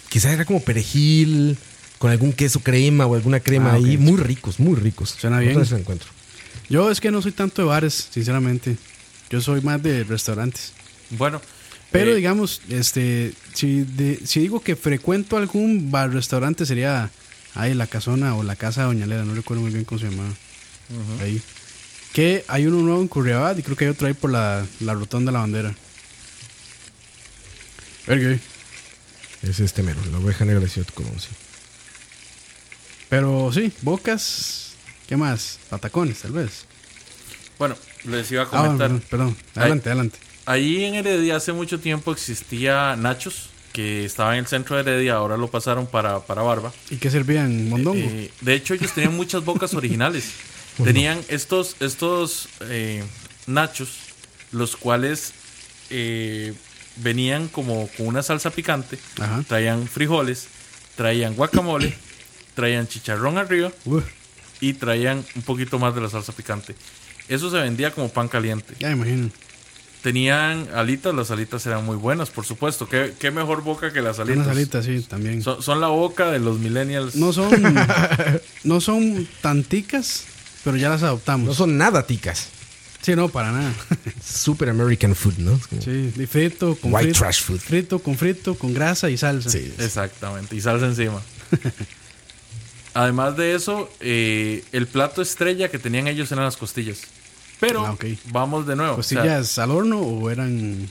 Quizás era como perejil. Con algún queso crema o alguna crema Ah, ahí. ok. Muy ricos, muy ricos. Suena Otra bien. vez lo encuentro. Yo es que no soy tanto de bares, sinceramente. Yo soy más de restaurantes. Bueno. Pero eh, digamos, este, si, de- si digo que frecuento algún bar, restaurante, sería ahí la casona o la casa de Doña Lera, no recuerdo muy bien cómo se llamaba. Ahí. Que hay uno nuevo en Curriabat y creo que hay otro ahí por la, la rotonda de la bandera. Verga, eh. Es este mero. La oveja negra de Ciudad Colón, sí. Pero sí, bocas, ¿qué más? Patacones, tal vez. Bueno, les iba a Ah, comentar. perdón, perdón. Ahí. adelante, adelante. Ahí en Heredia hace mucho tiempo existía Nachos, que estaba en el centro de Heredia, ahora lo pasaron para, para Barba. ¿Y qué servían? Mondongo. Eh, de hecho, ellos tenían muchas bocas originales. Tenían estos, estos eh, nachos, los cuales eh, venían como con una salsa picante, Ajá. traían frijoles, traían guacamole, traían chicharrón arriba Uf, y traían un poquito más de la salsa picante. Eso se vendía como pan caliente. ya me imagino. Tenían alitas, las alitas eran muy buenas, por supuesto. ¿Qué, qué mejor boca que las alitas? Unas alitas, sí, también. Son, son la boca de los millennials. No son, no son tanticas, pero ya las adoptamos. No son nada ticas. Sí, no, para nada. Super American food, ¿no? Es como- Sí, y frito, con White frito, trash food. Frito, con frito, con grasa y salsa. Eh, Sí. Exactamente, y salsa encima. Además de eso, eh, el plato estrella que tenían ellos eran las costillas. Pero Ah, ok. vamos de nuevo. o sea, ¿Costillas pues, al horno o eran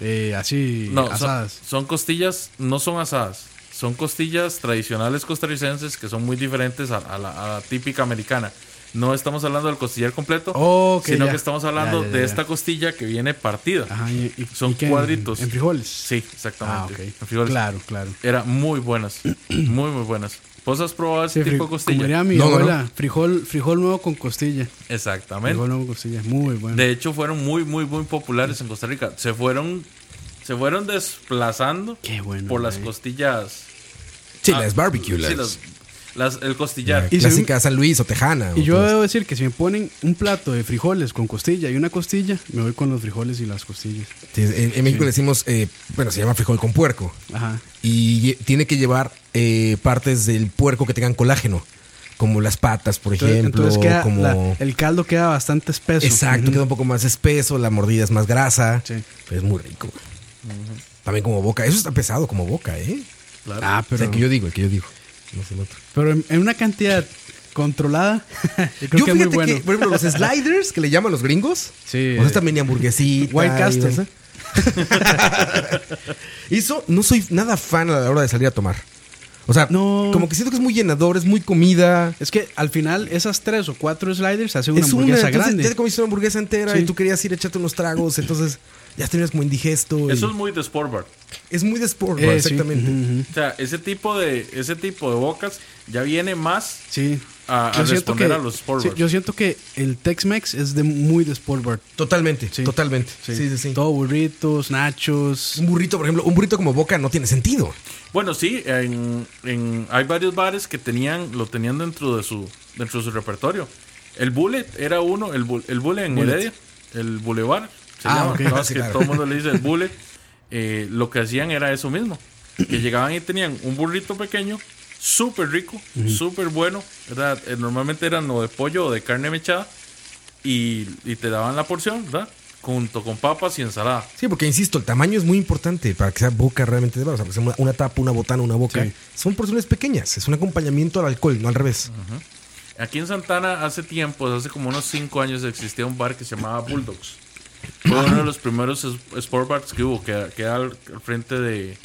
eh, así no, son- asadas? Son, costillas, no son asadas. Son costillas tradicionales costarricenses que son muy diferentes a, a la, a la típica americana. No estamos hablando del costillar completo, Ok, sino ya. que estamos hablando Ya, ya, ya, de ya. esta costilla que viene partida. Ajá, y, y- son y que en- cuadritos. En, frijoles. Sí, Ah, exactamente. ok. En frijoles. Claro, claro. Era muy buenas, muy muy buenas. ¿Vos has probado ese Sí, tipo fri- de costilla? como diría mi No, no, abuela, Frijol, frijol nuevo con costilla. Frijol Exactamente. nuevo con costilla. Muy bueno. De hecho, fueron muy, muy, muy populares en Costa Rica. Se fueron, se fueron desplazando Qué bueno, por las mae. costillas. Sí, ah, las barbecue. Las, Sí, las- las- el costillar. Y clásica San Luis o Tejana. y o yo todas. debo decir que si me ponen un plato de frijoles con costilla y una costilla, me voy con los frijoles y las costillas. Sí, en, en México le decimos, eh, bueno, se llama frijol con puerco. Ajá. Y lle- tiene que llevar eh, partes del puerco que tengan colágeno, como las patas, por Entonces, ejemplo. entonces queda como... la- el caldo queda bastante espeso. Exacto, Ujú. queda un poco más espeso, la mordida es más grasa. Sí. Pero es muy rico. También como boca. Eso está pesado como boca, ¿eh? Ah, O pero, sea, el que yo digo, el que yo digo. No sé el otro. pero en, en una cantidad controlada, yo creo Yo que es fíjate muy bueno. que, por ejemplo, los sliders que le llaman los gringos. Sí. ¿eh? O sea, esta mini hamburguesita. White y Castle. esa. Y eso no soy nada fan a la hora de salir a tomar. O sea, No. como que siento que es muy llenador, es muy comida. Es que al final esas tres o cuatro sliders hacen una Es una, hamburguesa entonces, ya te grande. comiste una hamburguesa entera Sí. y tú querías ir a echarte unos tragos, entonces ya tenías como indigesto. y- Eso es muy de sport bar. es muy de sport, Eh, sí. exactamente. Ujú, ujú. O sea, ese tipo de, ese tipo de bocas ya viene más Sí. a, a Yo siento responder que- a los sport sí, bar. yo siento que el Tex-Mex es de muy de sport bar. Totalmente, Sí. totalmente. Sí, sí, sí. Todo burritos, nachos. Un burrito, por ejemplo, un burrito como boca no tiene sentido. Bueno, sí, en, en- hay varios bares que tenían, lo tenían dentro de su, dentro de su repertorio. El Bullet era uno, el, bu- el Bullet en Heredia, el Boulevard, se Ah, llama, ok. no, es Sí, que claro. todo el mundo le dice el Bullet. Eh, lo que hacían era eso mismo, que llegaban y tenían un burrito pequeño, súper rico, súper bueno, ¿verdad? Eh, normalmente eran o de pollo o de carne mechada, y, y te daban la porción, ¿verdad? Junto con papas y ensalada. Sí, porque insisto, el tamaño es muy importante para que sea boca realmente de bar. O sea, para que sea una, una tapa, una botana, una boca. Sí. Son porciones pequeñas. Es un acompañamiento al alcohol, no al revés. Aquí en Santana hace tiempo, hace como unos 5 años, existía un bar que se llamaba Bulldogs. Fue uno de los primeros es- sport bars que hubo, que queda al al frente de,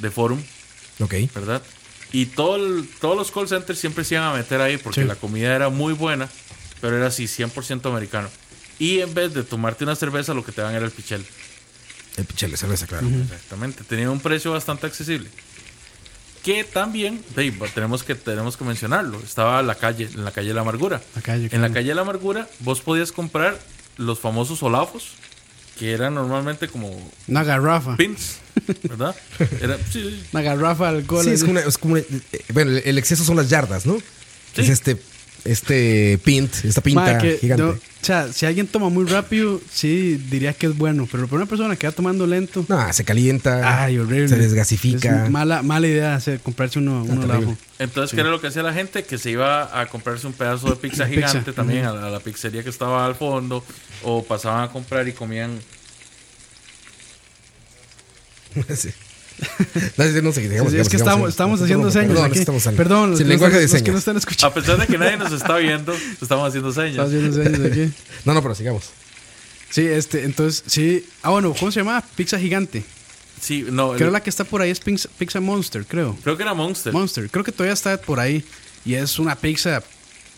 de Forum, Ok. ¿verdad? Y todo el- todos los call centers siempre se iban a meter ahí porque Sí. la comida era muy buena, pero era así, 100% americano. Y en vez de tomarte una cerveza, lo que te dan era el pichel. El pichel de cerveza, claro. Exactamente, tenía un precio bastante accesible. Que también, hey, tenemos, que, tenemos que mencionarlo, estaba en la calle, en la calle de la amargura. La calle, en la claro. calle de la amargura vos podías comprar los famosos olafos, que eran normalmente como Una garrafa. pins, ¿verdad? Era, sí, Una garrafa de alcohol. Sí, es ¿no? como una, es como una- eh, bueno, el- el exceso son las yardas, ¿no? Es este, este pint, esta pinta Madre, que gigante. yo- o sea, si alguien toma muy rápido, sí diría que es bueno. Pero para una persona que va tomando lento, No, se calienta. ay, horrible. Se desgasifica. Ah, Es mala, mala idea hacer, comprarse uno, uno terrible. lajo. Entonces, ¿qué era lo que hacía la gente? Que se iba a comprarse un pedazo de pizza Pizza, gigante también a la, a la pizzería que estaba al fondo, o pasaban a comprar y comían Sí. No, sí, no sé, digamos, Sí, sí, es que estamos, estamos haciendo señas. Perdón, aquí. estamos haciendo- Perdón, Sí, los- lenguaje de los que señas. no están A escuchando. pesar de que nadie nos está viendo, estamos haciendo señas. Estamos haciendo señas aquí. No, no, pero sigamos. Sí, este, entonces, sí. Ah, bueno, ¿cómo se llama? Pizza Gigante. Sí, no, el- Creo la que está por ahí es Pizza, Pizza Monster, creo. creo que era Monster. Monster, creo que todavía está por ahí. Y es una pizza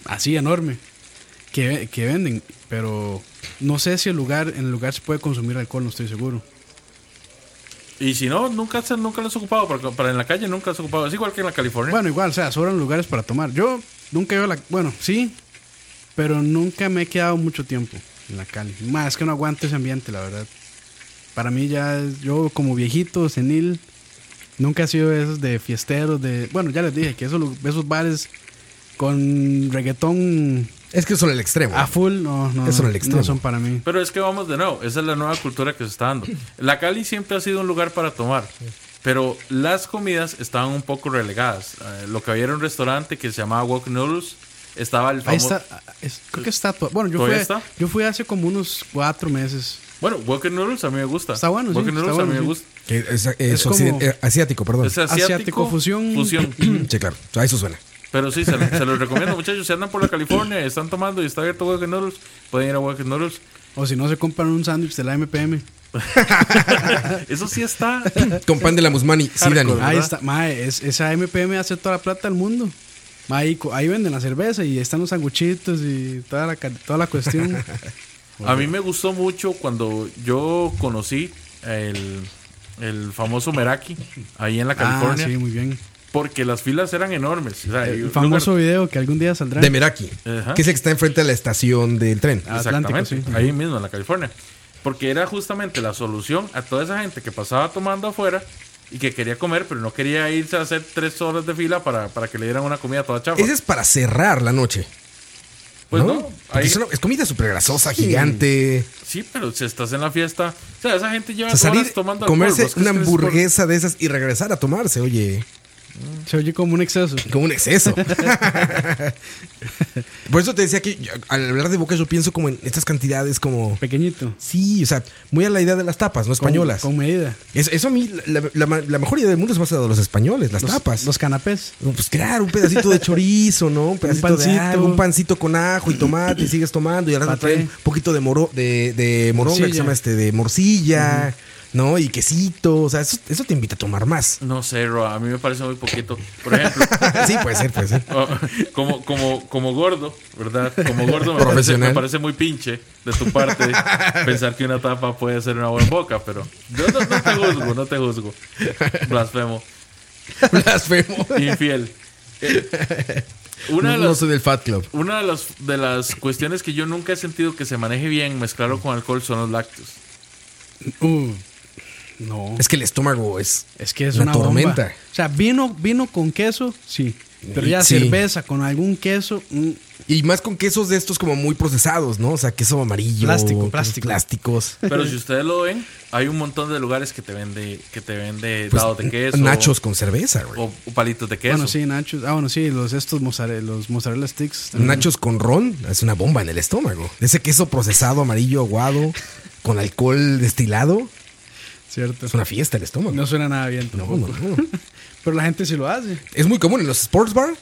así enorme que, ve- que venden. Pero no sé si el lugar, en el lugar se puede consumir alcohol, no estoy seguro. y si no, nunca, se- nunca lo has ocupado, porque para en la calle nunca lo has ocupado. Es igual que en la California. Bueno, igual, o sea, sobran lugares para tomar. Yo nunca veo la. Bueno, sí, pero nunca me he quedado mucho tiempo en la Cali. Más que no aguanto ese ambiente, la verdad. Para mí ya, es- yo como viejito, senil, nunca he sido de esos de fiesteros, de... Bueno, ya les dije que esos, lu- esos bares con reggaetón Es que son el extremo. a full, no, no, Eso era el no, extremo. son para mí. Pero es que vamos de nuevo, esa es la nueva cultura que se está dando. La Cali siempre ha sido un lugar para tomar, pero las comidas estaban un poco relegadas. Eh, lo que había era un restaurante que se llamaba Wok Noodles, estaba el Ahí famoso... está, es- creo que está, to- bueno, yo fui, ¿Todavía está? yo fui hace como unos cuatro meses. Bueno, Wok Noodles a mí me gusta. Está bueno, sí, Wok está Noodles a bueno, mí me sí. gusta. Que es, es como- occiden- eh, asiático, perdón. Es asiático, Asiático, fusión. Fusión. Sí, claro. A eso suena. Pero sí, se, lo- se los recomiendo, muchachos. Si andan por la California, están tomando y está abierto Wok Noodles, pueden ir a Wok Noodles. O si no, se compran un sándwich de la MPM. Eso sí está. Con pan de la Musmani. Sí, Dani. Hardcore. Ahí ¿verdad? está, mae, es- esa MPM hace toda la plata del mundo. Mae, ahí, co- ahí venden la cerveza y están los sanguchitos y toda la, ca- toda la cuestión. A mí me gustó mucho cuando yo conocí el, el famoso Meraki ahí en la ah, California. sí, muy bien. Porque las filas eran enormes. O sea, y- El famoso lugar- video que algún día saldrá. De Meraki. Ajá. Ah, Que es el que está enfrente de la estación del tren. Atlántico, Exactamente, sí. ahí mismo en la California. Porque era justamente la solución a toda esa gente que pasaba tomando afuera y que quería comer, pero no quería irse a hacer tres horas de fila para, para que le dieran una comida toda chafa. Ese es para cerrar la noche. Pues no, ¿no? Porque ahí- es, una- es comida súper grasosa, gigante. sí, pero si estás en la fiesta, o sea, esa gente lleva O sea, salir, horas Ah, tomando alcohol, comerse ¿vos crees una que les- hamburguesa de esas y regresar a tomarse, oye, Se oye como un exceso. como un exceso. Por eso te decía que yo- al hablar de boca yo pienso como en estas cantidades como... Pequeñito. Sí, o sea, muy a la idea de las tapas, ¿no? Con- Españolas. Con, medida. Eso, eso a mí, la, la- la- la mejor idea del mundo es más a los españoles, las Los, tapas. Los canapés. Pues claro, un pedacito de chorizo, ¿no? Un pedacito de pancito. algo, un pancito con ajo y tomate y sigues tomando y ahora te Paté. traen un poquito de moro, de, de moronga, que se Morcilla. llama este, de morcilla, ¿no? Y quesito, o sea, eso, eso te invita a tomar más. No sé, Ro, a mí me parece muy poquito. Por ejemplo, sí, puede ser, puede ser. Oh, como, como, como gordo, ¿verdad? Como gordo me parece, Profesional. me parece muy pinche de tu parte pensar que una tapa puede ser una buena boca, pero yo no, no te juzgo, no te juzgo. Blasfemo, Blasfemo. infiel. Eh, Una de No las, soy del Fat Club. una de las, de las cuestiones que yo nunca he sentido que se maneje bien mezclarlo con alcohol son los lácteos. Uh, no. Es que el estómago es. Es que es La una bomba. tormenta. O sea, vino, vino con queso, sí. Pero ya Sí. cerveza con algún queso, mm, Y más con quesos de estos como muy procesados, ¿no? O sea, queso amarillo. Plástico, quesos plástico. Plásticos. Pero si ustedes lo ven, hay un montón de lugares que te vende, que te vende Pues, dados de queso. Nachos con cerveza, güey. O, o palitos de queso. Bueno, sí, nachos. Ah, bueno, sí, los estos mozzarella, los mozzarella sticks. también. Nachos con ron es una bomba en el estómago. Ese queso procesado, amarillo, aguado, con alcohol destilado, Cierto. es una fiesta el estómago. No suena nada bien No, tampoco. no, no. Pero la gente sí lo hace. Es muy común en los sports bar.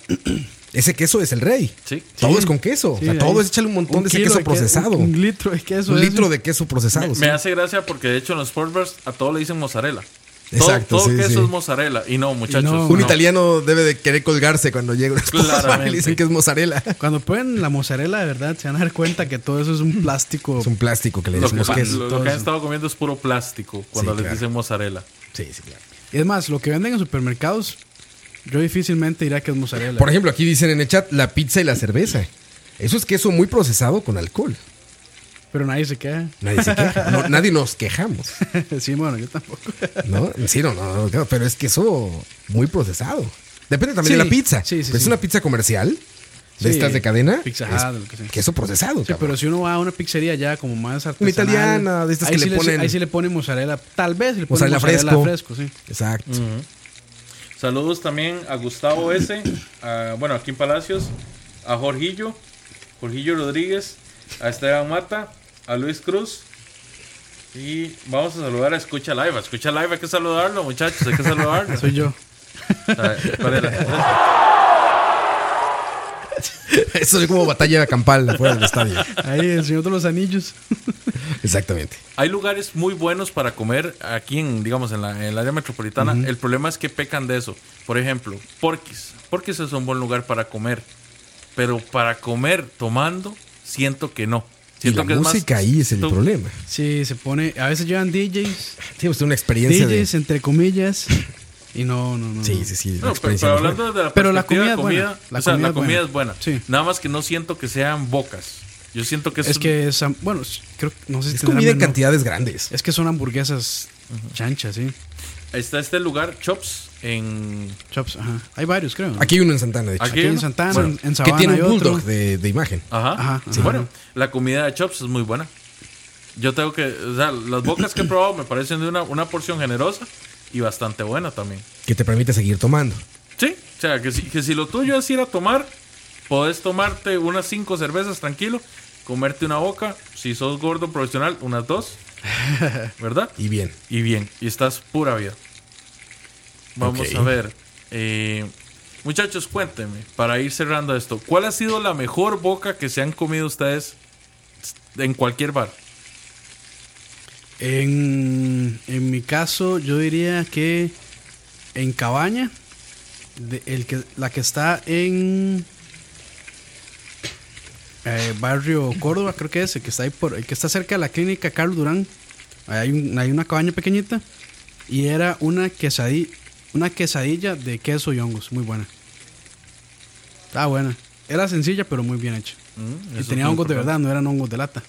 Ese queso es el rey. Sí. Todo es con queso. O sea, Sí, todo ahí. es echarle un montón de ese kilo queso que- procesado. Un, un, litro de queso. eso. litro de queso procesado. sí. Me hace gracia porque de hecho en los sports bars a todo le dicen mozzarella. Todo- Exacto, Todo, sí, queso sí. es mozzarella. Y no, muchachos. Y no. Un no. italiano debe de querer colgarse cuando llega una esposa Claramente. y le dicen que es mozzarella. Cuando ponen la mozzarella, de verdad, se van a dar cuenta que todo eso es un plástico. Mm. Es un plástico que le Lo que, decimos pa- queso. lo- lo todo que han eso. estado comiendo es puro plástico cuando Sí, les claro. dicen mozzarella. Sí, sí, claro. Es más, lo que venden en supermercados, yo difícilmente diría que es mozzarella. Por ejemplo, aquí dicen en el chat la pizza y la cerveza. Eso es queso muy procesado con alcohol. Pero nadie se queda. Nadie se queja. No, nadie nos quejamos. sí, bueno, yo tampoco. ¿No? Sí, no, no, no, claro, pero es queso muy procesado. Depende también Sí, de la pizza. sí, sí, Pero es sí. una pizza comercial de Sí, estas de cadena. Pizza es Hut, lo que sea. Queso procesado, Sí, cabrón. pero si uno va a una pizzería ya como más artesanal. italiana, de estas ahí que sí le ponen- Ahí sí le ponen mozzarella. Tal vez le ponen Mozzarella mozzarella, fresco. fresco. sí. Mm. Exacto. Saludos también a Gustavo S. a- bueno, aquí en Palacios. A Jorgillo. Jorgillo Rodríguez. A Esteban Mata. A Luis Cruz. Y vamos a saludar a Escucha Live. A Escucha Live hay que saludarlo, muchachos. Hay que saludarlo. Soy yo. A ver, ¿cuál era? Eso es como batalla campal afuera del estadio. Ahí el señor de los anillos. Exactamente. Hay lugares muy buenos para comer aquí en, digamos, en, la- en el área metropolitana. El problema es que pecan de eso. Por ejemplo, Porquis. Porquis es un buen lugar para comer. Pero para comer tomando, siento que no. Y Siento la que es más- música ahí es el tú- problema. Sí, se pone. A veces llevan DJs. Sí, usted una experiencia de... DJs, entre comillas. Y no, no, no. Sí, sí, sí. No, la pero- pero, experiencia no es hablando de la Pero la perspectiva de comida es buena. comida, o sea, la comida es buena. Sí. Nada más que no siento que sean bocas. Yo siento que es, Es que es. ham- Bueno, s- creo No sé si Es tendrá comida en menú. cantidades grandes. Es que son hamburguesas chanchas, sí. está este lugar, Chops, en... Chops, ajá. Hay varios, creo. Aquí hay uno en Santana, de hecho. Aquí Aquí hay en uno. Santana, Bueno, en- en que Sabana tiene hay un otro. bulldog de, de imagen. Ajá. Ajá, Sí, ajá. Bueno, la comida de Chops es muy buena. Yo tengo que, o sea, las bocas que he probado me parecen de una, una porción generosa y bastante buena también. Que te permite seguir tomando. Sí, o sea, que si, que si lo tuyo es ir a tomar, podés tomarte unas cinco cervezas tranquilo, comerte una boca, si sos gordo profesional, unas dos, ¿verdad? Y bien. Y bien, y estás pura vida. Vamos Ok. a ver. eh, muchachos, cuéntenme, para ir cerrando esto, ¿cuál ha sido la mejor boca que se han comido ustedes en cualquier bar? En, en mi caso, yo diría que en Cabaña, de- el que, la que está en eh, barrio Córdoba, creo que es, el que está ahí por, el que está cerca de la clínica Carlos Durán. Ahí Hay, un- hay una cabaña pequeñita y era una quesadilla, una quesadilla de queso y hongos, muy buena. Estaba buena. Era sencilla pero muy bien hecha. Mm, Y eso tenía es muy hongos de importante. verdad, no eran hongos de lata.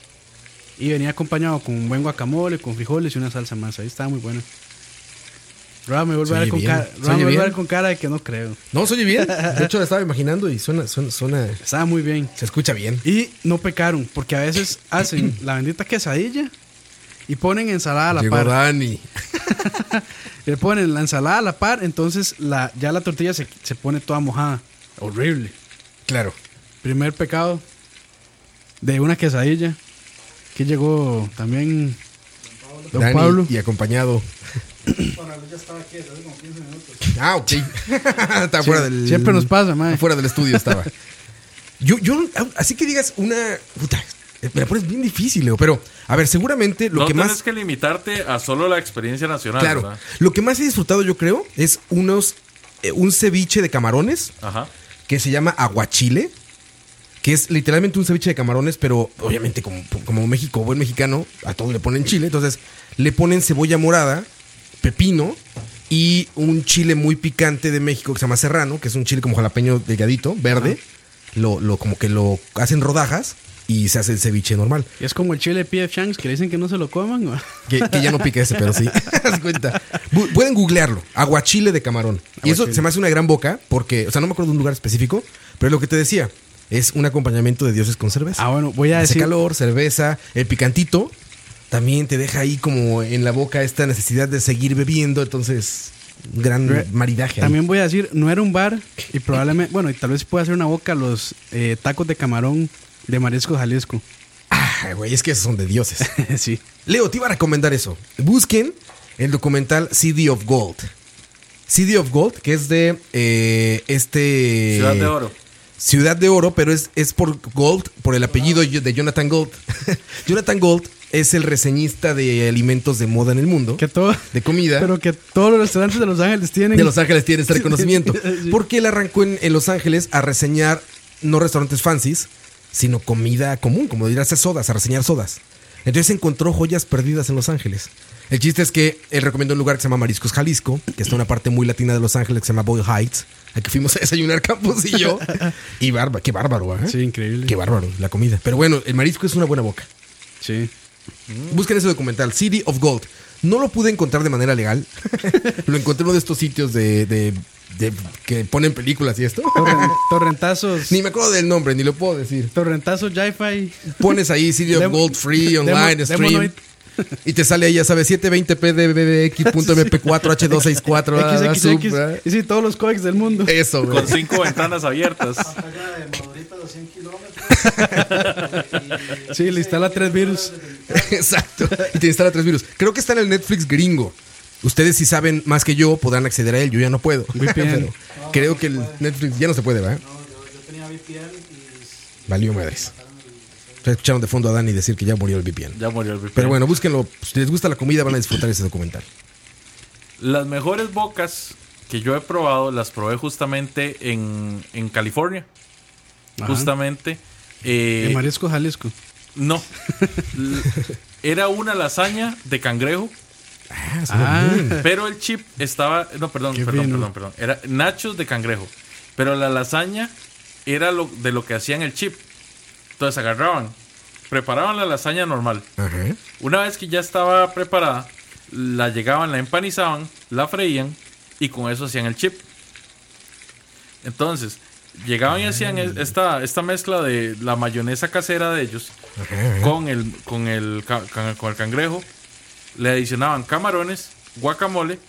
Y venía acompañado con un buen guacamole, con frijoles y una salsa más. Ahí estaba muy buena. Roa me vuelve a Suena ver con bien, cara, Roa suena me vuelve a ver bien. con cara de que no creo. No, se oye bien. De hecho, la estaba imaginando y suena, suena, suena. Estaba muy bien. Se escucha bien. Y no pecaron, porque a veces hacen la bendita quesadilla y ponen ensalada a la Llegó par. Dani. Le ponen la ensalada a la par, entonces la, ya la tortilla se, se pone toda mojada. Horrible. Claro. Primer pecado de una quesadilla. Que llegó también Don Dani Pablo. Y acompañado. Ah, ok. Está fuera Sie- del. siempre nos pasa, mae. Fuera del estudio estaba. yo, yo, así que digas una. Puta, me la pones bien difícil, Leo. Pero, a ver, seguramente lo no que tienes más. que limitarte a solo la experiencia nacional, Claro. ¿verdad? Lo que más he disfrutado, yo creo, es unos. eh, un ceviche de camarones Ajá. que se llama aguachile, que es literalmente un ceviche de camarones, pero obviamente como, como México, buen mexicano, a todo le ponen chile, entonces le ponen cebolla morada, pepino y un chile muy picante de México que se llama serrano, que es un chile como jalapeño delgadito, verde, lo, lo- como que lo hacen rodajas y se hace el ceviche normal. Y es como el chile PF Changs que le dicen que no se lo coman. ¿no? Que, que ya no pica ese, pero sí. Haz cuenta. Bu- Pueden googlearlo. Aguachile de camarón. Y eso Aguachile. se me hace una gran boca porque, o sea, no me acuerdo de un lugar específico, pero lo que te decía es un acompañamiento de dioses con cerveza. Ah, bueno, voy a Hace decir. calor, cerveza, el picantito. También te deja ahí como en la boca esta necesidad de seguir bebiendo. Entonces, un gran Re- maridaje. ahí. También voy a decir, no era un bar y probablemente, bueno, y tal vez pueda hacer una boca a los eh, tacos de camarón de Marisco Jalisco. Ah, güey, es que esos son de dioses. sí. Leo, te iba a recomendar eso. Busquen el documental City of Gold. City of Gold, que es de eh, este... Ciudad de Oro. Ciudad de Oro, pero es, es por Gold, por el apellido de Jonathan Gold. Jonathan Gold es el reseñista de alimentos de moda en el mundo. Que todo, De comida. pero que todos los restaurantes de Los Ángeles tienen. De Los Ángeles tiene este reconocimiento. Sí. Porque él arrancó en, en Los Ángeles a reseñar no restaurantes fancies, sino comida común, como dirás, es sodas, a reseñar sodas. Entonces encontró joyas perdidas en Los Ángeles. El chiste es que él recomienda un lugar que se llama Mariscos Jalisco, que está en una parte muy latina de Los Ángeles que se llama Boyle Heights. Aquí fuimos a desayunar Campos y yo. Y barba, qué bárbaro, ¿eh? Sí, increíble. Qué bárbaro la comida. Pero bueno, el marisco es una buena boca. Sí. Busquen ese documental, City of Gold. No lo pude encontrar de manera legal. lo encontré en uno de estos sitios de, de- de- que ponen películas y esto. Torren- torrentazos. ni me acuerdo del nombre, ni lo puedo decir. Torrentazos Wi-Fi. Pones ahí City of Dem- Gold Free Online Demo- Stream. Demonoid. Y te sale ahí, ya sabes, 720p XXX. dbbx.mp4h264. Y sí, todos los códex del mundo. ah, Eso, güey. Con cinco ventanas abiertas. Sí, le instala tres virus. Exacto. Y te instala tres virus. Creo que está en el Netflix gringo. Ustedes si saben más que yo podrán acceder a él. Yo ya no puedo. VPN. Pero creo que el Netflix ya no se puede, ¿verdad? Valió madres. Ustedes escucharon de fondo a Dani decir que ya murió el VPN. Ya murió el VPN. Pero bueno, búsquenlo. Si les gusta la comida van a disfrutar ese documental. Las mejores bocas que yo he probado las probé justamente en, en California. Ajá. Justamente. eh, En Marisco Jalisco. no. L- Era una lasaña de cangrejo, Ah, pero el chip estaba. No, perdón, Qué perdón, fino. perdón, perdón. Era nachos de cangrejo. Pero la lasaña era lo, de lo que hacían el chip. Entonces agarraban preparaban la lasaña normal. Ajá. Una vez que ya estaba preparada, la llegaban, la empanizaban, la freían y con eso hacían el chip. Entonces, llegaban y hacían es- esta, esta mezcla de la mayonesa casera de ellos con el, con, el, ca- ca- con el cangrejo. Le adicionaban camarones, guacamole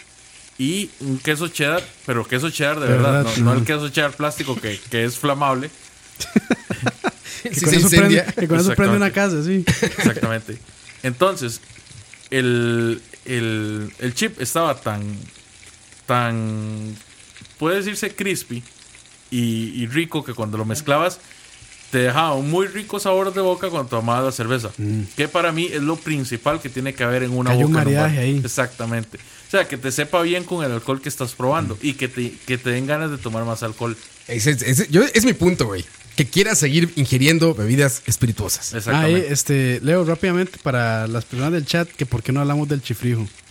y un queso cheddar, pero queso cheddar de verdad, ¿Verdad? no, no el queso cheddar plástico que, que es flamable. Sí, Que se con eso prende, incendia. que con eso prende una Exactamente. casa, sí. Exactamente. Entonces, el, el, el chip estaba tan, tan, puede decirse crispy y, y rico que cuando lo mezclabas te dejaba un muy rico sabor de boca cuando tomabas la cerveza. Que para mí es lo principal que tiene que haber en una Mm. Que haya un boca. maridaje normal. ahí. Exactamente. O sea, que te sepa bien con el alcohol que estás probando Mm. y que te, que te den ganas de tomar más alcohol. Ah, Ese- ese- yo- es mi punto, güey. Que quieras seguir ingiriendo bebidas espirituosas. Ahí, Exactamente. Ah, este, Leo, rápidamente para las personas del chat, que por qué no hablamos del chifrijo. Ah,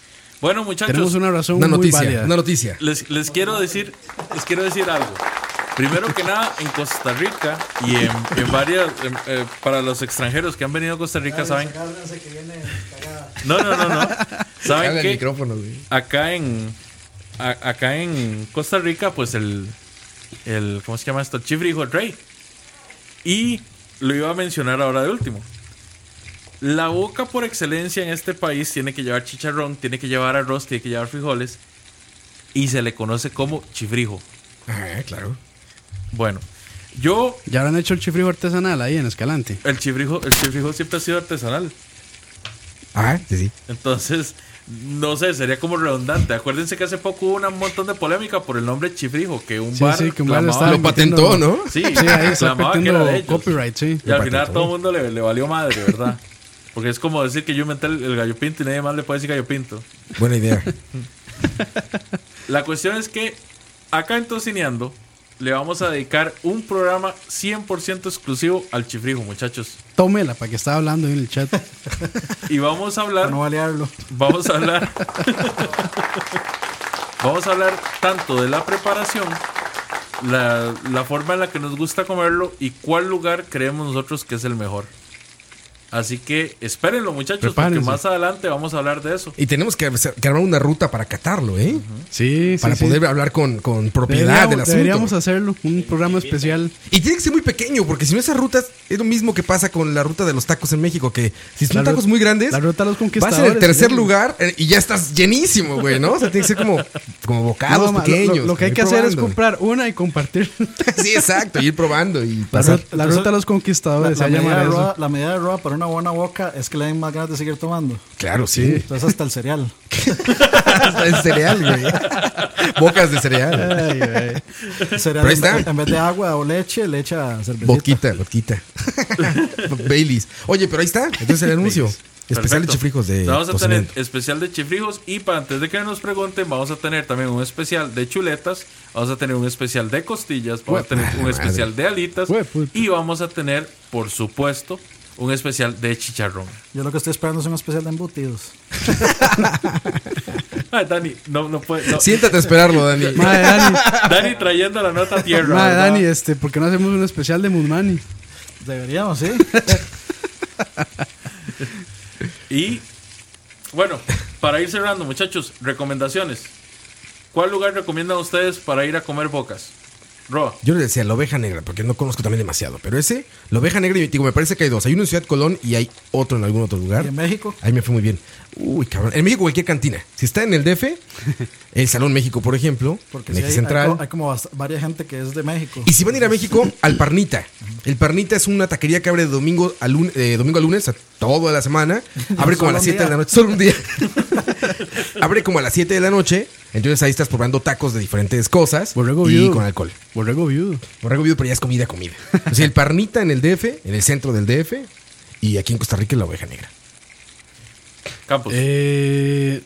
Bueno, muchachos. Tenemos una razón Una muy noticia, válida. una noticia. Les, les quiero decir, les quiero decir algo. Primero que nada, en Costa Rica y en, en varias, en, eh, para los extranjeros que han venido a Costa Rica, saben. No, no, no, no. Saben Habla el que micrófono, güey. acá en, a- acá en Costa Rica, pues el, el, ¿cómo se llama esto? El chifrijo el rey. Y lo iba a mencionar ahora de último. La boca por excelencia en este país tiene que llevar chicharrón, tiene que llevar arroz, tiene que llevar frijoles y se le conoce como chifrijo. Ajá, claro. Bueno, yo Ya habrán hecho el chifrijo artesanal ahí en Escalante. el chifrijo, el chifrijo siempre ha sido artesanal, Ajá, Ah, sí, sí. entonces no sé, sería como redundante. Acuérdense que hace poco hubo un montón de polémica por el nombre chifrijo, que un Sí, bar sí, que un bar clamaba- estaba Lo patentó, ¿no? Sí, Sí, ahí clamaba está que era perdiendo de ellos. copyright, sí. Y al Lo final patentó. todo el mundo le, le valió madre, ¿verdad? Porque es como decir que yo inventé el, el gallo pinto y nadie más le puede decir gallo pinto. Buena idea. La cuestión es que acá en Tocineando le vamos a dedicar un programa 100% exclusivo al chifrijo, muchachos. Tómela para que estaba hablando ahí en el chat. Y vamos a hablar. no balearlo. Vamos a hablar. vamos a hablar tanto de la preparación, la, la forma en la que nos gusta comerlo y cuál lugar creemos nosotros que es el mejor. Así que espérenlo, muchachos, Prepárense. porque más adelante vamos a hablar de eso. Y tenemos que, hacer- que armar una ruta para catarlo, ¿eh? Sí, sí, para sí. poder hablar con, con propiedad Deberíamos, del asunto. deberíamos hacerlo, un programa especial. Y tiene que ser muy pequeño, porque si no esas rutas es lo mismo que pasa con la ruta de los tacos en México, que si son La ru- tacos muy grandes, la ruta de vas los en el conquistadores, tercer ¿no? lugar eh, y ya estás llenísimo, güey, ¿no? O sea, tiene que ser como, como No, bocados ma, lo- Ah, pequeños. lo, lo que hay ir que hacer es probando. comprar una y compartir. Sí, exacto, ir probando y La, pasar. ruta- la ruta de los La, conquistadores, la se llama medida de eso. rueda, la medida de rueda para una buena boca es que le den más ganas de seguir tomando. Claro, sí. Entonces hasta el cereal. Hasta el cereal, güey. Bocas de cereal. Ay, ay. cereal Pero ahí está. En, en vez de agua o leche, le echa cervecita. Boquita, boquita. Baileys. Oye, pero ahí está. Entonces el anuncio. Especial de Perfecto. chifrijos de Vamos a tener Tocinento. especial de chifrijos y para antes de que nos pregunten, vamos a tener también un especial de chuletas, vamos a tener un especial de costillas, vamos a tener un madre. especial de alitas Hue puta. y vamos a tener, por supuesto, un especial de chicharrón. Yo lo que estoy esperando es un especial de embutidos. Ay, Dani, no, no puede. no. Siéntate a esperarlo, Dani. Madre, Dani, Dani trayendo la nota a tierra. madre, ¿verdad? Dani, este, ¿por qué no hacemos un especial de Musmani? Deberíamos, sí. Y bueno, para ir cerrando, muchachos, recomendaciones. ¿Cuál lugar recomiendan ustedes para ir a comer bocas? Roa. Yo le decía la oveja negra, porque no conozco también demasiado. Pero ese, la oveja negra, y digo, me parece que hay dos. Hay uno en Ciudad Colón y hay otro en algún otro lugar. Y en México. Ahí me fue muy bien. Uy, cabrón. En México, cualquier cantina. Si está en el DF, el Salón México, por ejemplo, Porque en sí Eje hay, Central. hay co- hay como bast- varias gente que es de México. Y si van a ir a México, al Parnita. El Parnita es una taquería que abre de domingo a, lun- eh, domingo a lunes, a toda la semana. Abre como a Solo las un 7 de día. la noche. Solo un día. abre como a las 7 de la noche. Entonces ahí estás probando tacos de diferentes cosas. Pues Borrego y viudo. con alcohol. Borrego viudo. Borrego viudo, pero ya es comida, comida. O sea, el Parnita en el DF, en el centro del DF. Y aquí en Costa Rica, la oveja negra. Campos. Eh,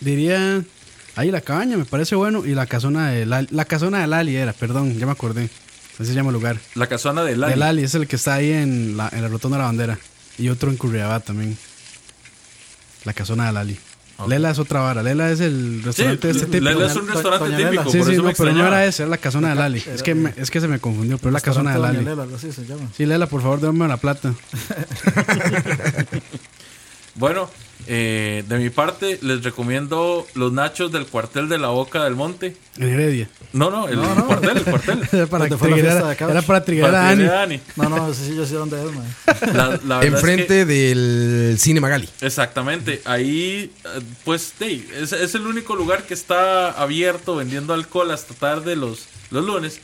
diría, ahí la cabaña me parece bueno y la casona de Lali, la casona de Lali era, perdón, ya me acordé. Así se llama el lugar. la casona de De Lali. Lali es el que está ahí en la, en la rotonda de la bandera y otro en Curriabá también. La casona de Lali. Lela es otra vara. Lela es el restaurante de este tipo. Lela es un Doña- restaurante Doña típico, Lela. por Sí, eso sí, me no, pero no extrañaba. era esa, era la casona de Lali. Es que, me- es que se me confundió, pero es la casona de Lali. Restaurante Doña Lela, algo así se llama. Sí, Lela, por favor, dame la plata. Bueno, eh, de mi parte les recomiendo los nachos del cuartel de la Boca del Monte. En Heredia. No, no, el cuartel, el cuartel. Era para, Donde fue la triggerar- fiesta de Couch. era para triggerar a Para Ani. que Dani. No, no, ese sí yo sé dónde es, man. La- la verdad es que- Enfrente del Cine Magali. Exactamente, ahí eh, pues sí, es, es el único lugar que está abierto vendiendo alcohol hasta tarde los, los lunes,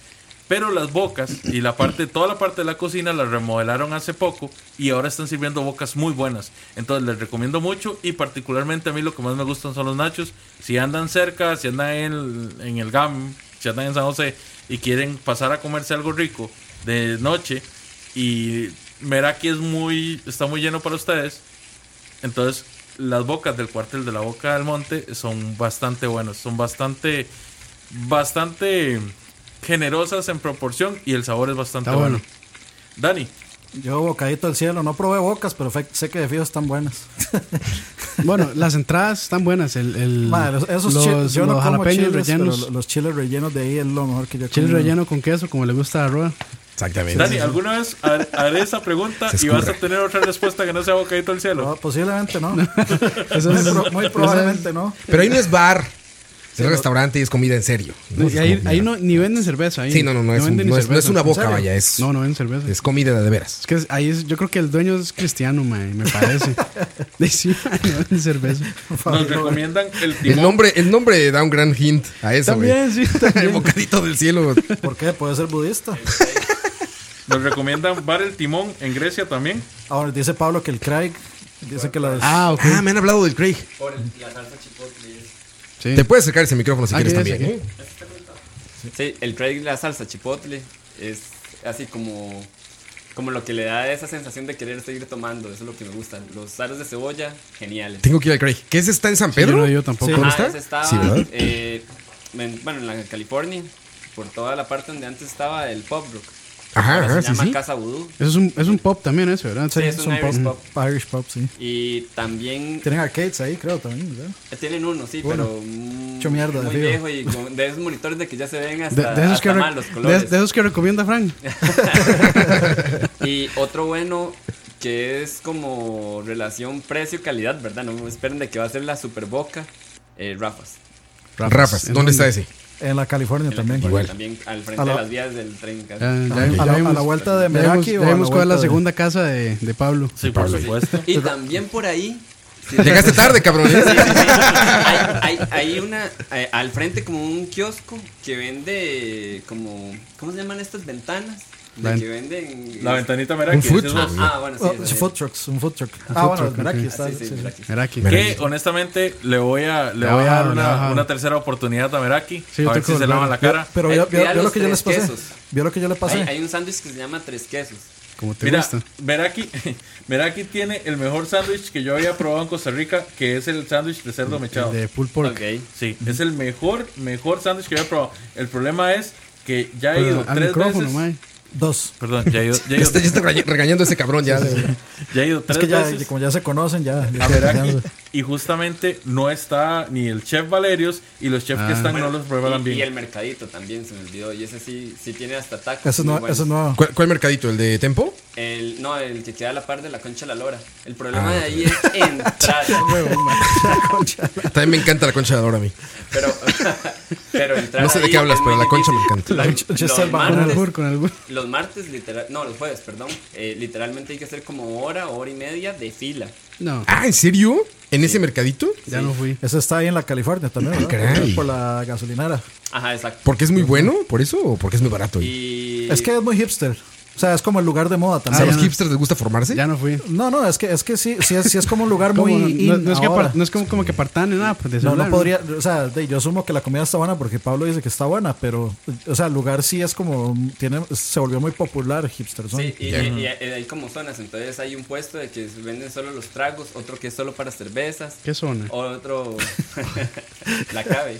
pero las bocas y la parte, toda la parte de la cocina la remodelaron hace poco y ahora están sirviendo bocas muy buenas, entonces les recomiendo mucho y particularmente a mí lo que más me gustan son los nachos, si andan cerca, si andan en el, en el GAM, si andan en San José y quieren pasar a comerse algo rico de noche y Meraki es muy, está muy lleno para ustedes. Entonces, las bocas del cuartel de la Boca del Monte son bastante buenas, son bastante, bastante generosas en proporción y el sabor es bastante Está bueno. bueno. Dani, Yo bocadito al cielo, no probé bocas, pero fe- sé que de fijo están buenas. Bueno, las entradas están buenas. El, el- Madre, los- esos los, chi- yo no los como jalapeños chiles, rellenos. pero lo- los chiles rellenos de ahí es lo mejor que yo Chile como. relleno con queso, como le gusta a Roa. Exactamente. Dani, ¿alguna vez ha- haré esa pregunta Se y vas a escurre. tener otra respuesta que no sea bocadito al cielo? No, Ah, posiblemente no. Eso muy, es- pro- muy eso es- probablemente no. Pero ahí no es bar, es restaurante y es comida en serio. No, y ahí, ahí no, ni venden cerveza. Ahí. Sí, no, no, no, es, un- venden ni no, es, no es cerveza. una boca, serio? vaya, es, No, no venden cerveza. es comida de veras. Es que ahí es, yo creo que el dueño es cristiano, mae, me parece. De sí, mae, no venden cerveza. Nos recomiendan el El timón. nombre, el nombre da un gran hint a eso, güey. También, sí, El también. bocadito del cielo. ¿Por qué? Puede ser budista. Nos recomiendan Bar El Timón en Grecia también. Ahora dice Pablo que el Craig dice que las Ah, ok. Ah, me han hablado del Craig. Sí. Te puedes acercar ese micrófono si Ah, quieres ¿qué es? también. ¿eh? Sí, el Craig la salsa chipotle es así como, como lo que le da esa sensación de querer seguir tomando. Eso es lo que me gusta. Los saros de cebolla, geniales. ¿eh? Tengo que ir al Craig. ¿Qué ese está en San Yo Pedro? no, yo tampoco. ¿Dónde Ah, está? ese estaba, Sí, ¿verdad? eh, en- bueno, en la California, por toda la parte donde antes estaba el Pop Rock. Ajá, Ahora ajá, se sí, llama sí. Casa Voodoo. Eso es un, es un pop también ese, ¿verdad? Sí, es un Irish Pop. Irish Pop, sí. Y también Tienen arcades ahí, creo también, ¿verdad? tienen uno, sí, Uno. pero mm, Mucho mierda, muy digo. viejo y con- de esos monitores de que ya se ven De, hasta, de esos hasta que re- mal los de, colores. de esos que recomienda Frank. Y otro bueno que es como relación precio-calidad, ¿verdad? No me esperen de que va a ser la super boca, eh, Rafas. Rafas, ¿en ¿dónde está ese? En la California también. Porque También al frente A la- de las vías del tren. casi. Ya, ya, A, ya la, a vimos- la vuelta de ya vimos- Meraki ya o a vimos cuál es la vuelta de- segunda casa de, de Pablo. Sí, por supuesto. Y también por ahí. sí, Llegaste tarde, cabrón. ¿eh? hay, hay- hay una eh, al frente como un kiosco que vende como ¿cómo se llaman estas ventanas? De Ven- que venden La ventanita Meraki. food decís Ah, vos. ah, bueno, sí. Oh, esa sí, es. food trucks, un food truck. Ah, bueno, truck, el Meraki ok. está. Sí, sí, sí, sí. Meraki. Meraki. Que honestamente le voy a, le Le voy a dar bajaron, le una, bajaron. una tercera oportunidad a Meraki. Sí, yo a ver tengo si que se lava volver. la cara. Pero Hay vio, que vio- dar vio lo los que yo les tres pasé. quesos. Vio lo que yo le pasé. Hay, hay un sándwich que se llama tres quesos. Como te Mira, gusta. Meraki, Meraki tiene el mejor sándwich que yo había probado en Costa Rica, que es el sándwich de cerdo mechado. El de pulled pork. Ok. Sí, es el mejor, mejor sándwich que yo había probado. El problema es que ya he Pero ido al tres micrófono, veces. mae. Dos. Perdón, ya he ido, ya he ido, Está- Este, Ya está regaña- regañando a ese cabrón ya. de- ya he ido Es tres que ya, veces. como ya se conocen, ya. ya A tienen Meraki, confianza. y justamente no está ni el chef Valerios y los chefs que están no los preparan Y, y el bien. mercadito también se me olvidó. Y ese sí, sí tiene hasta tacos. Eso muy no, buenos. eso no. ¿Cuál, cuál mercadito? ¿El de Tempo? El, no, el que queda a la par de la concha de la lora. El problema de ahí es entrar. También me encanta la concha de oro a mí. pero, pero entrar. No sé de ahí qué hablas, es pero muy la concha me difícil. encanta. La concha- Los Chester Band. Con martes- albur, con albur. Los martes, literal, no, los jueves, perdón, eh, literalmente hay que hacer como hora, hora y media de fila. No, Ah, ¿en serio? ¿En ese mercadito? ya no fui. Eso está ahí en la California también, Ah, ¿verdad? Caray. Por la gasolinera. Ajá, exacto. ¿Porque es muy bueno? ¿Por eso? ¿O porque es muy barato? Y... Y Es que es muy hipster. O sea, es como el lugar de moda O sea, ¿A también. los hipsters les gusta formarse? Ya no fui. No, no, es que, es que sí, sí, es, sí es como un lugar muy. Como, no, in no es que ahora. apar- no es como, como que apartan ni nada. Pues, de No, no celular, podría, o sea, de- yo asumo que la comida está buena porque Pablo dice que está buena, pero, o sea, el lugar sí es como, tiene, se volvió muy popular, hipster. son. Sí, y, y- y hay como zonas, entonces hay un puesto de que venden solo los tragos, otro que es solo para cervezas, ¿Qué zona? Oh. otro la cabe.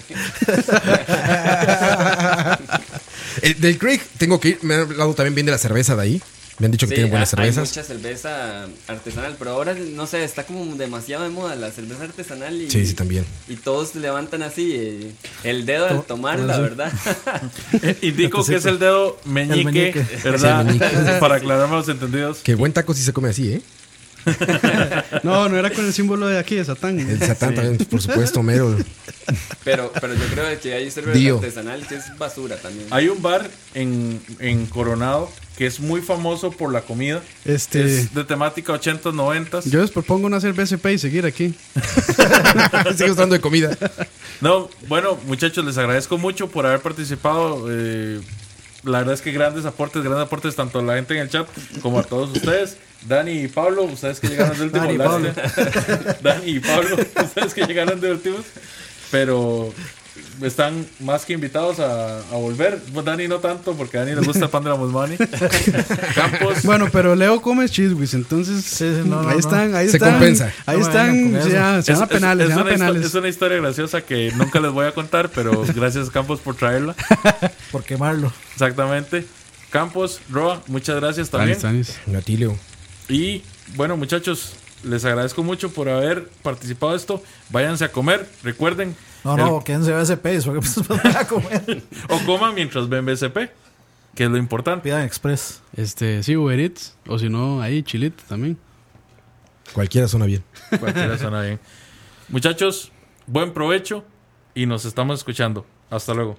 El, del Craig tengo que ir. Me han hablado también bien de la cerveza de ahí. Me han dicho que Sí, tienen buenas ha- hay cervezas. mucha cerveza artesanal, pero ahora, no sé, está como demasiado de moda la cerveza artesanal y, Sí, sí, también. y todos levantan así eh, el dedo al tomar, la verdad. Indico que es el dedo meñique, meñique. ¿verdad? Sí, el meñique. Para aclarar los entendidos. Que buen taco si se come así, ¿eh? No, no era con el símbolo de aquí, de Satán. El satán también, por supuesto, Homero. pero, pero yo creo que hay cerveza Dio. artesanal que es basura también. Hay un bar en, en Coronado que es muy famoso por la comida. Este- Es de temática 80s, 90s. Yo les propongo una cerveza EP y seguir aquí. Sigue hablando de comida. No, bueno, muchachos, les agradezco mucho por haber participado. eh, la verdad es que grandes aportes, grandes aportes tanto a la gente en el chat como a todos ustedes. Dani y Pablo, ustedes que llegaron de último. Dani y Pablo. Dani y Pablo, ustedes que llegaron de últimos. Pero están más que invitados a, a volver. Bueno, Dani no tanto, porque a Dani le gusta el pan de la Musmani. Campos. Bueno, pero Leo come cheese whiz, entonces Sí, sí, no, no, ahí no. están, ahí Se están. compensa. Ahí No me vengan están, con sí, eso. ya, se Es- van a es- penales, es se van a una histo- penales. es una historia graciosa que nunca les voy a contar, pero gracias Campos por traerla. por quemarlo. Exactamente. Campos, Roa, muchas gracias también. Tanis, tanis. Natilio. Y bueno, muchachos, les agradezco mucho por haber participado de esto. Váyanse a comer, recuerden. No, el- no, quédense a ese peso. Que pues, van a comer. O coman mientras ven BCP, que es lo importante. Pidan Express. Este, sí, Uber Eats, o si no, ahí Chilito también. Cualquiera suena bien. Cualquiera suena bien. Muchachos, buen provecho y nos estamos escuchando. Hasta luego.